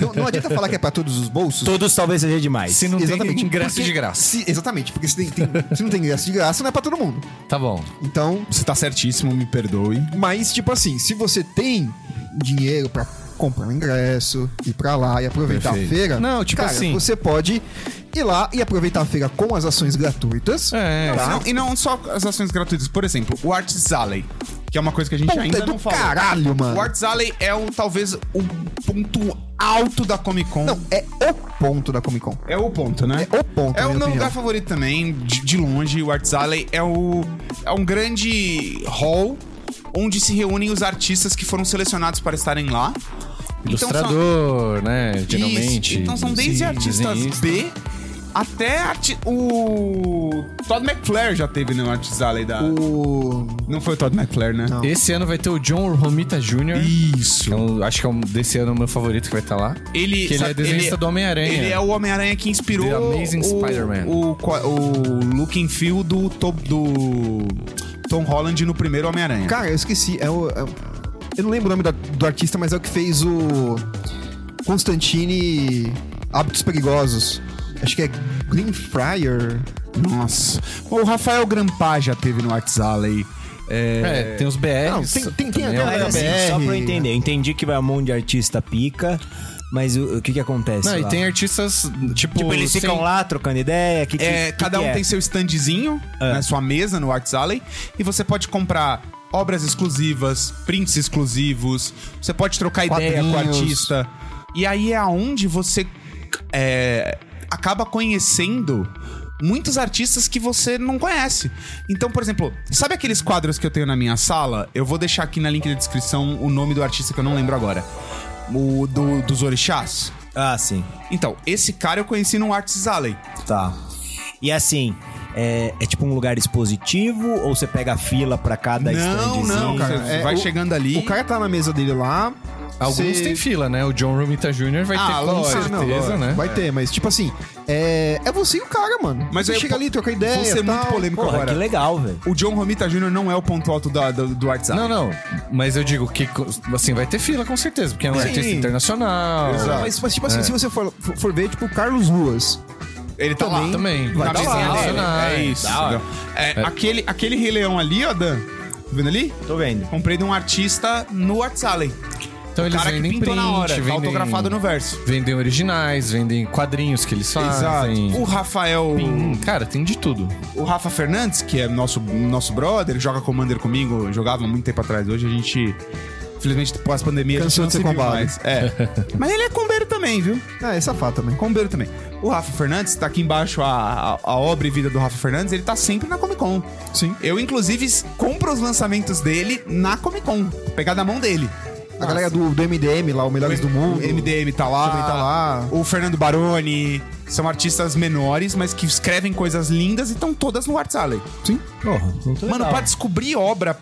Speaker 4: não, não adianta falar que é pra todos os bolsos.
Speaker 3: Todos talvez seja demais.
Speaker 1: Se não
Speaker 4: Exatamente,
Speaker 1: tem ingresso
Speaker 4: porque-
Speaker 1: de graça.
Speaker 4: se- exatamente, porque se, tem- tem- se não tem ingresso de graça, não é pra todo mundo.
Speaker 1: Tá bom.
Speaker 4: Então,
Speaker 2: Você tá certíssimo, me perdoe.
Speaker 4: mas, tipo assim, se você tem dinheiro pra comprar um ingresso, ir pra lá e aproveitar
Speaker 2: Perfeito.
Speaker 4: a feira,
Speaker 1: Não, tipo
Speaker 4: cara,
Speaker 1: assim-
Speaker 4: você pode ir lá e aproveitar a feira com as ações gratuitas.
Speaker 1: É.
Speaker 4: Tá?
Speaker 2: Não, e não só as ações gratuitas. Por exemplo, o Arts Alley, que é uma coisa que a gente
Speaker 4: Puta
Speaker 2: ainda
Speaker 4: do
Speaker 2: não falou.
Speaker 4: caralho, mano.
Speaker 2: O Arts Alley é o, talvez o ponto alto da Comic Con.
Speaker 4: Não, é o ponto da Comic Con.
Speaker 2: É o ponto, né?
Speaker 4: É o ponto,
Speaker 2: É o meu
Speaker 4: na minha opinião.
Speaker 2: lugar favorito também, de, de longe. O Arts Alley é, o, é um grande hall onde se reúnem os artistas que foram selecionados para estarem lá. Então, são-
Speaker 1: Ilustrador, né?
Speaker 2: Isso.
Speaker 1: Geralmente.
Speaker 2: Então são desde
Speaker 1: Sim,
Speaker 2: artistas
Speaker 1: desenhista.
Speaker 2: B até arti- o Todd McFlair já teve no Arts Alley da
Speaker 4: O.
Speaker 2: Não foi o Todd McFlair, né?
Speaker 4: Não.
Speaker 1: Esse ano vai ter o John Romita Jr.
Speaker 2: Isso.
Speaker 1: que é um- acho que é um desse ano o meu favorito que vai estar lá.
Speaker 2: Ele,
Speaker 1: Que ele
Speaker 2: sabe,
Speaker 1: é desenhista do Homem-Aranha.
Speaker 2: Ele é o Homem-Aranha que inspirou
Speaker 1: The Amazing
Speaker 2: o,
Speaker 1: Spider-Man.
Speaker 2: O, co- o look and feel do, to- do Tom Holland no primeiro Homem-Aranha.
Speaker 4: Cara, eu esqueci. É o, é o- eu não lembro o nome da- do artista, mas é o que fez o. Constantine Hábitos Perigosos. Acho que é Greenfriar.
Speaker 2: Nossa. O Rafael Grampá já teve no Arts Alley. É...
Speaker 1: É, tem os BRs.
Speaker 4: Não, tem- tem- tem
Speaker 1: também, é um
Speaker 4: até
Speaker 1: ó.
Speaker 3: Mas,
Speaker 4: uma-
Speaker 3: assim, só pra eu
Speaker 4: BR.
Speaker 3: entender. Eu entendi que vai um monte de artista pica, mas o, o que que acontece
Speaker 1: Não, e
Speaker 3: lá?
Speaker 1: tem artistas, tipo...
Speaker 3: Tipo, eles
Speaker 1: sem-
Speaker 3: ficam lá trocando ideia, que, que,
Speaker 2: É,
Speaker 3: que
Speaker 2: cada
Speaker 3: que
Speaker 2: um
Speaker 3: é? Ah.
Speaker 2: tem seu standzinho, né, sua mesa no Arts Alley, e você pode comprar obras exclusivas, prints exclusivos, você pode trocar ideia com o
Speaker 4: Quadrinhos.
Speaker 2: artista. E aí é aonde você é, acaba conhecendo muitos artistas que você não conhece. Então, por exemplo, sabe aqueles quadros que eu tenho na minha sala? Eu vou deixar aqui na link da descrição o nome do artista que eu não lembro agora. O do- dos orixás.
Speaker 3: Ah, sim.
Speaker 2: Então, esse cara eu conheci no Arts Alley.
Speaker 3: Tá. E assim, é, é tipo um lugar expositivo ou você pega a fila pra cada
Speaker 2: Não,
Speaker 3: standzinho?
Speaker 2: não, cara.
Speaker 4: É,
Speaker 2: vai
Speaker 4: o-
Speaker 2: chegando ali.
Speaker 4: O cara tá na mesa dele lá.
Speaker 1: Alguns
Speaker 4: cê-
Speaker 1: têm fila, né? O John Romita Jr. vai
Speaker 2: Ah,
Speaker 1: ter com
Speaker 2: lógico,
Speaker 1: certeza,
Speaker 4: Ah, não, lógico,
Speaker 1: né?
Speaker 4: Vai ter, mas tipo assim, é, é você e o cara, mano.
Speaker 2: Mas
Speaker 4: você
Speaker 2: eu-
Speaker 4: chega ali, troca
Speaker 1: é
Speaker 4: ideia.
Speaker 2: vou ser muito
Speaker 4: tal.
Speaker 2: polêmico
Speaker 3: Porra,
Speaker 2: agora.
Speaker 3: que legal, velho.
Speaker 2: O John Romita Jr. não é o ponto alto da- do, do WhatsApp.
Speaker 1: Não, não. Mas eu digo que, co- assim, vai ter fila com certeza, porque é um
Speaker 4: Sim.
Speaker 1: artista internacional.
Speaker 4: Não, Mas, mas, tipo assim, se você for, for for ver, tipo, o Carlos Ruas.
Speaker 2: Ele tá lá.
Speaker 1: Também.
Speaker 2: Na
Speaker 1: Vai
Speaker 2: mesinha
Speaker 1: tá lá, tá
Speaker 2: dele.
Speaker 1: lá.
Speaker 2: É isso.
Speaker 3: Da hora.
Speaker 2: É, Aquele, aquele Rei Leão ali, ó, Dan. Tá vendo ali?
Speaker 3: Tô vendo.
Speaker 2: Comprei de um artista no WhatsApp.
Speaker 1: Então
Speaker 2: O
Speaker 1: eles
Speaker 2: cara que
Speaker 1: vendem
Speaker 2: pintou
Speaker 1: print,
Speaker 2: na hora, tá
Speaker 1: vendem...
Speaker 2: autografado no verso.
Speaker 1: Vendem originais, vendem quadrinhos que eles fazem.
Speaker 2: O Rafael.
Speaker 1: Hum, Cara, tem de tudo.
Speaker 2: O Rafa Fernandes, que é nosso, nosso brother, joga Commander comigo, jogava há muito tempo atrás. Hoje a gente Infelizmente, pós-pandemia, a gente
Speaker 4: Cansou
Speaker 2: não
Speaker 4: de ser
Speaker 2: se viu
Speaker 4: combado.
Speaker 2: mais. É. Mas ele é combeiro também, viu?
Speaker 4: Ah, é safado também.
Speaker 2: Combeiro também. O Rafa Fernandes, tá aqui embaixo a, a, a obra e vida do Rafa Fernandes, ele tá sempre na Comic Con.
Speaker 4: Sim.
Speaker 2: Eu, inclusive, s- compro os lançamentos dele na Comic Con. Pegar da mão dele.
Speaker 4: A galera do, do MDM lá, Ah, o Melhores do Mundo.
Speaker 2: MDM tá lá.
Speaker 4: Também tá lá.
Speaker 2: O Fernando Baroni. São artistas menores, mas que escrevem coisas lindas e estão todas no Arts Alley.
Speaker 4: Sim.
Speaker 2: Mano, pra descobrir obra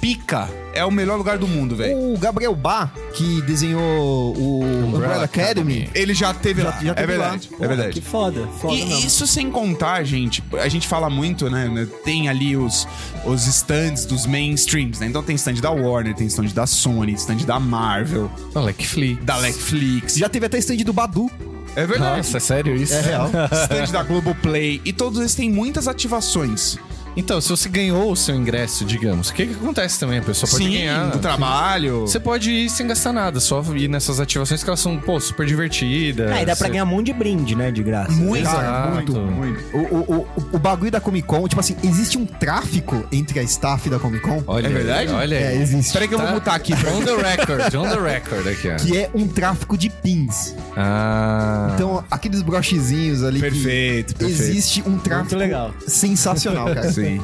Speaker 2: pica, é o melhor lugar do mundo, velho.
Speaker 4: O Gabriel Bá, que desenhou o Umbrella, Academy.
Speaker 2: Ele já teve lá.
Speaker 4: já
Speaker 2: é
Speaker 4: teve lá.
Speaker 2: verdade. É
Speaker 4: Porra,
Speaker 2: verdade.
Speaker 5: Que foda, foda
Speaker 2: E
Speaker 5: mesmo.
Speaker 2: isso sem contar, gente, a gente fala muito, né? né, Tem ali os, os stands dos mainstreams, né? Então tem stand da Warner, tem stand da Sony, stand da Marvel,
Speaker 1: Da Netflix.
Speaker 2: da Netflix.
Speaker 4: Já teve até stand do Badu.
Speaker 2: É verdade.
Speaker 1: Nossa, é sério isso?
Speaker 4: É real.
Speaker 2: stand da Globoplay. E todos eles têm muitas ativações.
Speaker 1: Então, se você ganhou o seu ingresso, digamos, o que, que acontece também? A pessoa pode
Speaker 2: Sim, Então,
Speaker 1: ganhar.
Speaker 2: do trabalho.
Speaker 1: Você pode ir sem gastar nada, só ir nessas ativações que elas são, pô, super divertidas.
Speaker 3: É,
Speaker 5: Ah, e dá pra
Speaker 1: Você-
Speaker 5: ganhar um monte de brinde, né? De graça.
Speaker 4: um
Speaker 2: Muito,
Speaker 1: Exato.
Speaker 2: muito, muito.
Speaker 4: O, o, o, o bagulho da Comic Con, tipo assim, existe um tráfico entre a staff da Comic Con.
Speaker 1: Olha
Speaker 2: É
Speaker 1: aí,
Speaker 2: verdade?
Speaker 1: Olha aí.
Speaker 4: É, existe.
Speaker 2: Peraí que eu vou
Speaker 1: Tá.
Speaker 2: botar aqui.
Speaker 1: On the record, on the record aqui, ó.
Speaker 4: Que é um tráfico de pins.
Speaker 1: Ah.
Speaker 4: Então, aqueles brochezinhos ali. que
Speaker 2: Perfeito, perfeito.
Speaker 4: Existe um tráfico
Speaker 5: Muito legal.
Speaker 4: sensacional, cara.
Speaker 2: Sim.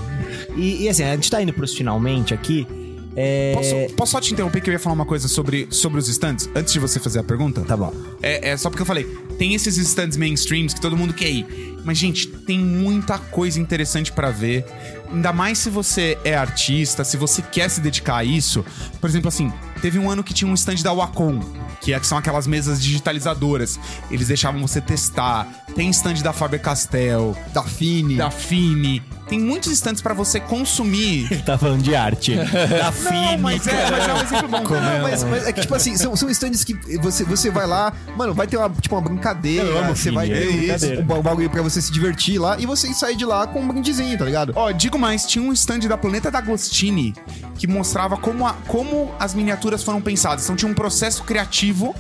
Speaker 5: E, e assim, a gente tá indo pros finalmente aqui. É...
Speaker 2: Posso, posso só te interromper que eu ia falar uma coisa sobre, sobre os stands? Antes de você fazer a pergunta?
Speaker 5: Tá bom.
Speaker 2: É, é só porque eu falei, tem esses stands mainstreams que todo mundo quer ir. Mas, gente, tem muita coisa interessante pra ver. Ainda mais se você é artista, se você quer se dedicar a isso. Por exemplo, assim, teve um ano que tinha um stand da Wacom, que, é, que são aquelas mesas digitalizadoras. Eles deixavam você testar. Tem stand da Faber-Castell,
Speaker 4: Da Fini.
Speaker 2: da Fini. Tem muitos stands pra você consumir.
Speaker 5: Ele tá falando de arte. da
Speaker 2: Não,
Speaker 5: FIME.
Speaker 2: mas é, mas é um exemplo bom.
Speaker 4: Não, mas, mas é que, tipo assim, são, são stands que você, você vai lá, mano, vai ter uma, tipo, uma brincadeira.
Speaker 5: Eu amo
Speaker 4: você
Speaker 5: filme,
Speaker 4: vai
Speaker 5: é
Speaker 4: ter um-
Speaker 5: brincadeira.
Speaker 4: um ba- um bagulho pra você se divertir lá e você sair de lá com um brindezinho, tá ligado?
Speaker 2: Ó, digo mais, tinha um stand da Planeta da Agostini que mostrava como, a- como as miniaturas foram pensadas. Então tinha um processo criativo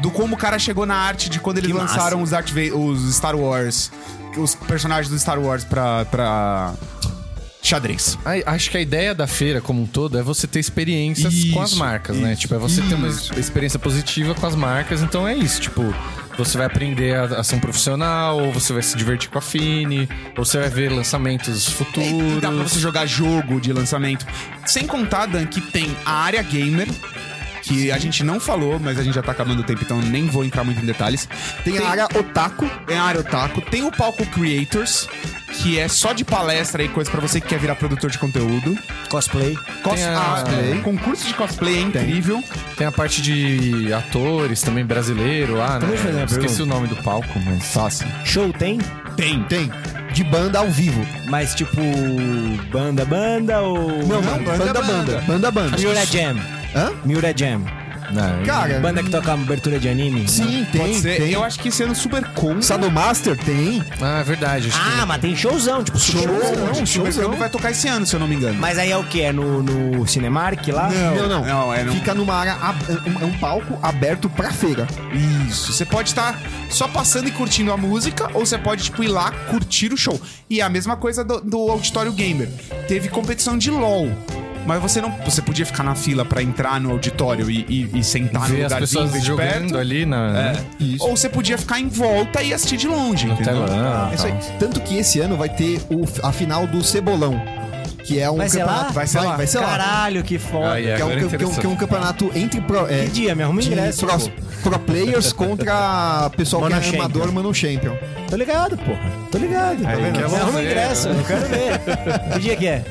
Speaker 2: do como o cara chegou na arte de quando eles
Speaker 5: Que massa.
Speaker 2: lançaram os, Darth Va- os Star Wars, os personagens do Star Wars pra, pra xadrez.
Speaker 1: Ai, Acho que a ideia da feira como um todo é você ter experiências com as
Speaker 2: Isso,
Speaker 1: marcas, né?
Speaker 2: isso,
Speaker 1: Tipo, é você ter uma
Speaker 2: isso.
Speaker 1: experiência positiva com as marcas, então é isso, tipo, você vai aprender a, a ser um profissional, ou você vai se divertir com a Fini, ou você vai ver lançamentos
Speaker 2: E dá pra
Speaker 1: futuros.
Speaker 2: você jogar jogo de lançamento. Sem contar, Dan, que tem a área gamer, que a gente não falou, mas a gente já tá acabando o tempo, então nem vou entrar muito em detalhes.
Speaker 4: Tem a área otaku.
Speaker 2: Tem a área otaku, tem o palco creators, que é só de palestra e coisa pra você que quer virar produtor de conteúdo.
Speaker 5: Cosplay.
Speaker 2: Cos
Speaker 1: Tem a-
Speaker 2: ah,
Speaker 1: cosplay.
Speaker 2: é, concurso de cosplay é incrível.
Speaker 1: Tem a parte de atores também brasileiro lá, né?
Speaker 5: Deixa eu fazer uma
Speaker 1: Esqueci o nome do palco, mas.
Speaker 2: Fácil.
Speaker 5: Show tem?
Speaker 2: Tem.
Speaker 4: Tem. De banda ao vivo.
Speaker 5: Mas tipo. Banda, banda ou.
Speaker 4: Não, não banda, banda, banda. Banda, banda.
Speaker 5: Miura Jam.
Speaker 4: Hã?
Speaker 5: Miura Jam.
Speaker 1: Não,
Speaker 3: é
Speaker 4: Cara,
Speaker 5: Banda que toca abertura de anime.
Speaker 4: sim, tem.
Speaker 2: Pode ser.
Speaker 4: tem.
Speaker 2: Eu acho que esse ano super cool.
Speaker 4: Sadomaster tem.
Speaker 1: Ah, é verdade. Acho
Speaker 5: Ah, mas tem showzão, tipo,
Speaker 2: Show,
Speaker 5: super showzão.
Speaker 2: não, Super
Speaker 4: showzão.
Speaker 2: Club vai tocar esse ano, se eu não me engano.
Speaker 5: Mas aí é o que? É no, no Cinemark lá?
Speaker 4: Não, não.
Speaker 2: Não, é não.
Speaker 4: Fica numa área. ab- É um- é um palco aberto pra feira.
Speaker 2: Isso. Você pode estar só passando e curtindo a música, ou você pode, tipo, ir lá curtir o show. E é a mesma coisa do, do Auditório Gamer. Teve competição de LOL. Mas você não. Você podia ficar na fila pra entrar no auditório e, e- e sentar
Speaker 1: que ver
Speaker 2: no
Speaker 1: as
Speaker 2: Ah, lugarzinho
Speaker 1: pessoas
Speaker 2: bem de
Speaker 1: jogando
Speaker 2: perto.
Speaker 1: ali na. né?
Speaker 2: É. Ou você podia ficar em volta e assistir de longe.
Speaker 1: No
Speaker 2: entendeu?
Speaker 5: Ah,
Speaker 1: telão.
Speaker 4: É
Speaker 5: tá
Speaker 4: isso aí. Tanto que esse ano vai ter o, a final do Cebolão. Que é um
Speaker 5: Vai ser
Speaker 4: campeonato.
Speaker 5: lá?
Speaker 4: Vai ser lá, vai ser lá.
Speaker 5: Caralho, que foda.
Speaker 1: Ah, é.
Speaker 4: Que é, um,
Speaker 1: Agora
Speaker 4: que é um- que é um- que é um campeonato entre pro, é,
Speaker 5: Que dia,
Speaker 2: um
Speaker 5: me arruma
Speaker 4: de
Speaker 5: ingresso.
Speaker 4: pro,
Speaker 5: pô.
Speaker 4: pro players contra pessoal
Speaker 5: Mano
Speaker 4: que é
Speaker 5: champion.
Speaker 4: amador, mano champion.
Speaker 5: Tô ligado, porra. Tô ligado. tá vendo?
Speaker 1: quer
Speaker 5: Me arruma
Speaker 1: você,
Speaker 5: ingresso, eu quero ver. que dia que é?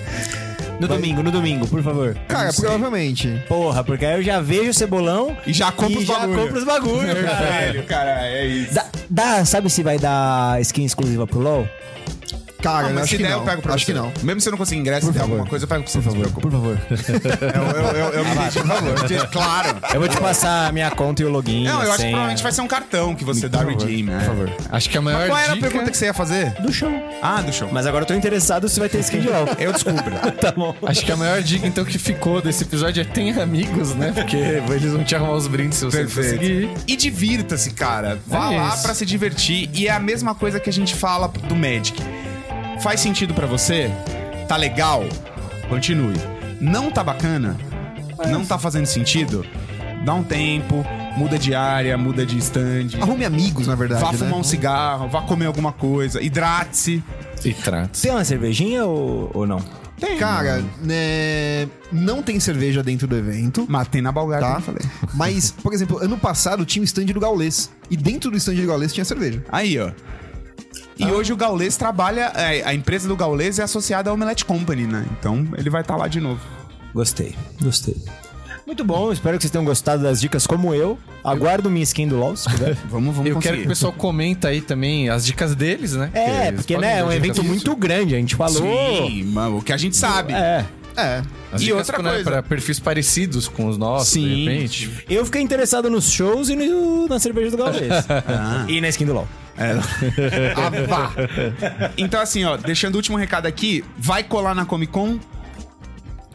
Speaker 5: No domingo, no domingo, por favor.
Speaker 4: Cara, provavelmente.
Speaker 5: Porra, porque aí eu já vejo o cebolão
Speaker 2: E já compra
Speaker 5: e
Speaker 2: os
Speaker 5: já
Speaker 2: bagulho.
Speaker 5: compro os bagulho, cara.
Speaker 2: Velho, cara, é isso.
Speaker 5: Dá, dá- sabe se vai dar skin exclusiva pro LoL?
Speaker 4: Cara,
Speaker 2: Ah,
Speaker 4: eu
Speaker 2: mas
Speaker 4: acho
Speaker 2: se
Speaker 4: que
Speaker 2: der,
Speaker 4: não.
Speaker 2: eu pego pra
Speaker 4: acho
Speaker 2: você.
Speaker 4: que não.
Speaker 2: Mesmo se eu não conseguir ingresso, se der alguma coisa, eu pego pra você. Por favor,
Speaker 5: Por favor.
Speaker 2: Eu, eu, eu, eu me deixo, por favor. Claro.
Speaker 5: Eu vou te passar a minha conta e o login.
Speaker 2: Não,
Speaker 5: a
Speaker 2: eu acho que
Speaker 5: senha.
Speaker 2: provavelmente vai ser um cartão que você dá redeem, né? Por favor.
Speaker 1: Acho que a maior
Speaker 2: Qual era a
Speaker 1: dica-
Speaker 2: pergunta que você ia fazer?
Speaker 5: do show.
Speaker 2: Ah, do show.
Speaker 5: Mas agora eu tô interessado se vai ter skin de LoL.
Speaker 2: Eu descubro.
Speaker 5: tá bom.
Speaker 1: Acho que a maior dica, então, que ficou desse episódio é tenha amigos, né? Porque eles vão te arrumar os brindes se você conseguir.
Speaker 2: E divirta-se, cara. Vá
Speaker 1: É
Speaker 2: lá
Speaker 1: isso.
Speaker 2: pra se divertir. E é a mesma coisa que a gente fala do Magic. Faz sentido pra você? Tá legal? Continue. Não tá bacana? não tá fazendo sentido, dá um tempo, muda de área, muda de stand.
Speaker 4: Arrume amigos, na verdade.
Speaker 2: Vá
Speaker 4: né?
Speaker 2: fumar um cigarro, vá comer alguma coisa, hidrate-se.
Speaker 1: E tratos.
Speaker 3: Tem uma cervejinha ou, ou não?
Speaker 4: Cara, né, não tem cerveja dentro do evento.
Speaker 2: Matei na balgada,
Speaker 4: Tá.
Speaker 2: como eu falei.
Speaker 4: Mas, por exemplo, ano passado tinha o stand do Gaulês. E dentro do stand do Gaulês tinha cerveja. Tá.
Speaker 2: Aí, ó. E hoje o Gaulês trabalha. é, a empresa do Gaulês é associada à Omelette Company, né? Então ele vai estar lá de novo.
Speaker 3: Gostei, gostei. Muito bom, espero que vocês tenham gostado das dicas como eu. Aguardo minha skin do LOL, se puder.
Speaker 2: Vamos, vamos
Speaker 1: Eu
Speaker 2: conseguir.
Speaker 1: quero que o pessoal comenta aí também as dicas deles, né?
Speaker 3: É,
Speaker 1: eles
Speaker 3: porque
Speaker 1: podem
Speaker 3: né, é
Speaker 1: dar
Speaker 3: um
Speaker 1: dicas
Speaker 3: evento
Speaker 1: disso.
Speaker 3: muito grande, a gente falou.
Speaker 2: Sim, mano, o que a gente sabe.
Speaker 3: É.
Speaker 4: É.
Speaker 1: As
Speaker 2: E
Speaker 1: dicas
Speaker 2: outra
Speaker 1: pra,
Speaker 2: coisa.
Speaker 1: pra perfis parecidos com os nossos, de
Speaker 2: Sim.
Speaker 1: repente.
Speaker 3: Eu fiquei interessado nos shows e no- na cerveja do Galvez.
Speaker 2: Ah.
Speaker 3: e na skin do LOL.
Speaker 2: É. Ah, vá. Então, assim, ó, deixando o último recado aqui, vai colar na Comic Con.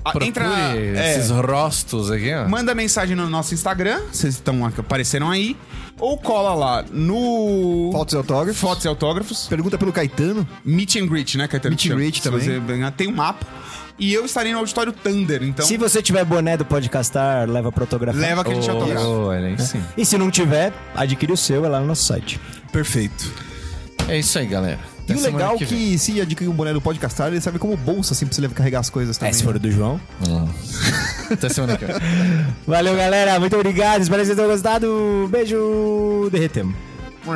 Speaker 2: Ah,
Speaker 1: Procure
Speaker 2: Entra. é,
Speaker 1: esses rostos aqui, ó.
Speaker 2: Manda mensagem no nosso Instagram, vocês estão apareceram aí. Ou cola lá no.
Speaker 4: Fotos e autógrafos.
Speaker 2: Fotos e autógrafos.
Speaker 4: Pergunta pelo Caetano.
Speaker 2: Meet and greet, né, Caetano?
Speaker 4: Meet and
Speaker 2: Se-
Speaker 4: greet
Speaker 2: se
Speaker 4: também.
Speaker 2: você ganhar, tem um mapa. E eu estarei no auditório Thunder, então.
Speaker 3: Se você tiver boné do podcastar, leva pra autografar.
Speaker 2: Leva que a gente autografa.
Speaker 1: Olha, aí sim.
Speaker 3: E se não tiver, adquire o seu, é lá no nosso site.
Speaker 2: Perfeito.
Speaker 1: É isso aí, galera. Até
Speaker 4: e o
Speaker 1: semana
Speaker 4: legal é que,
Speaker 1: vem.
Speaker 4: se adquirir um boné do podcastar, ele serve como bolsa, assim, pra você levar- carregar as coisas também.
Speaker 3: É, se for o do João.
Speaker 1: Até semana que vem.
Speaker 3: Valeu, galera. Muito obrigado. Espero que vocês tenham gostado. Beijo. Derretemos.
Speaker 4: for...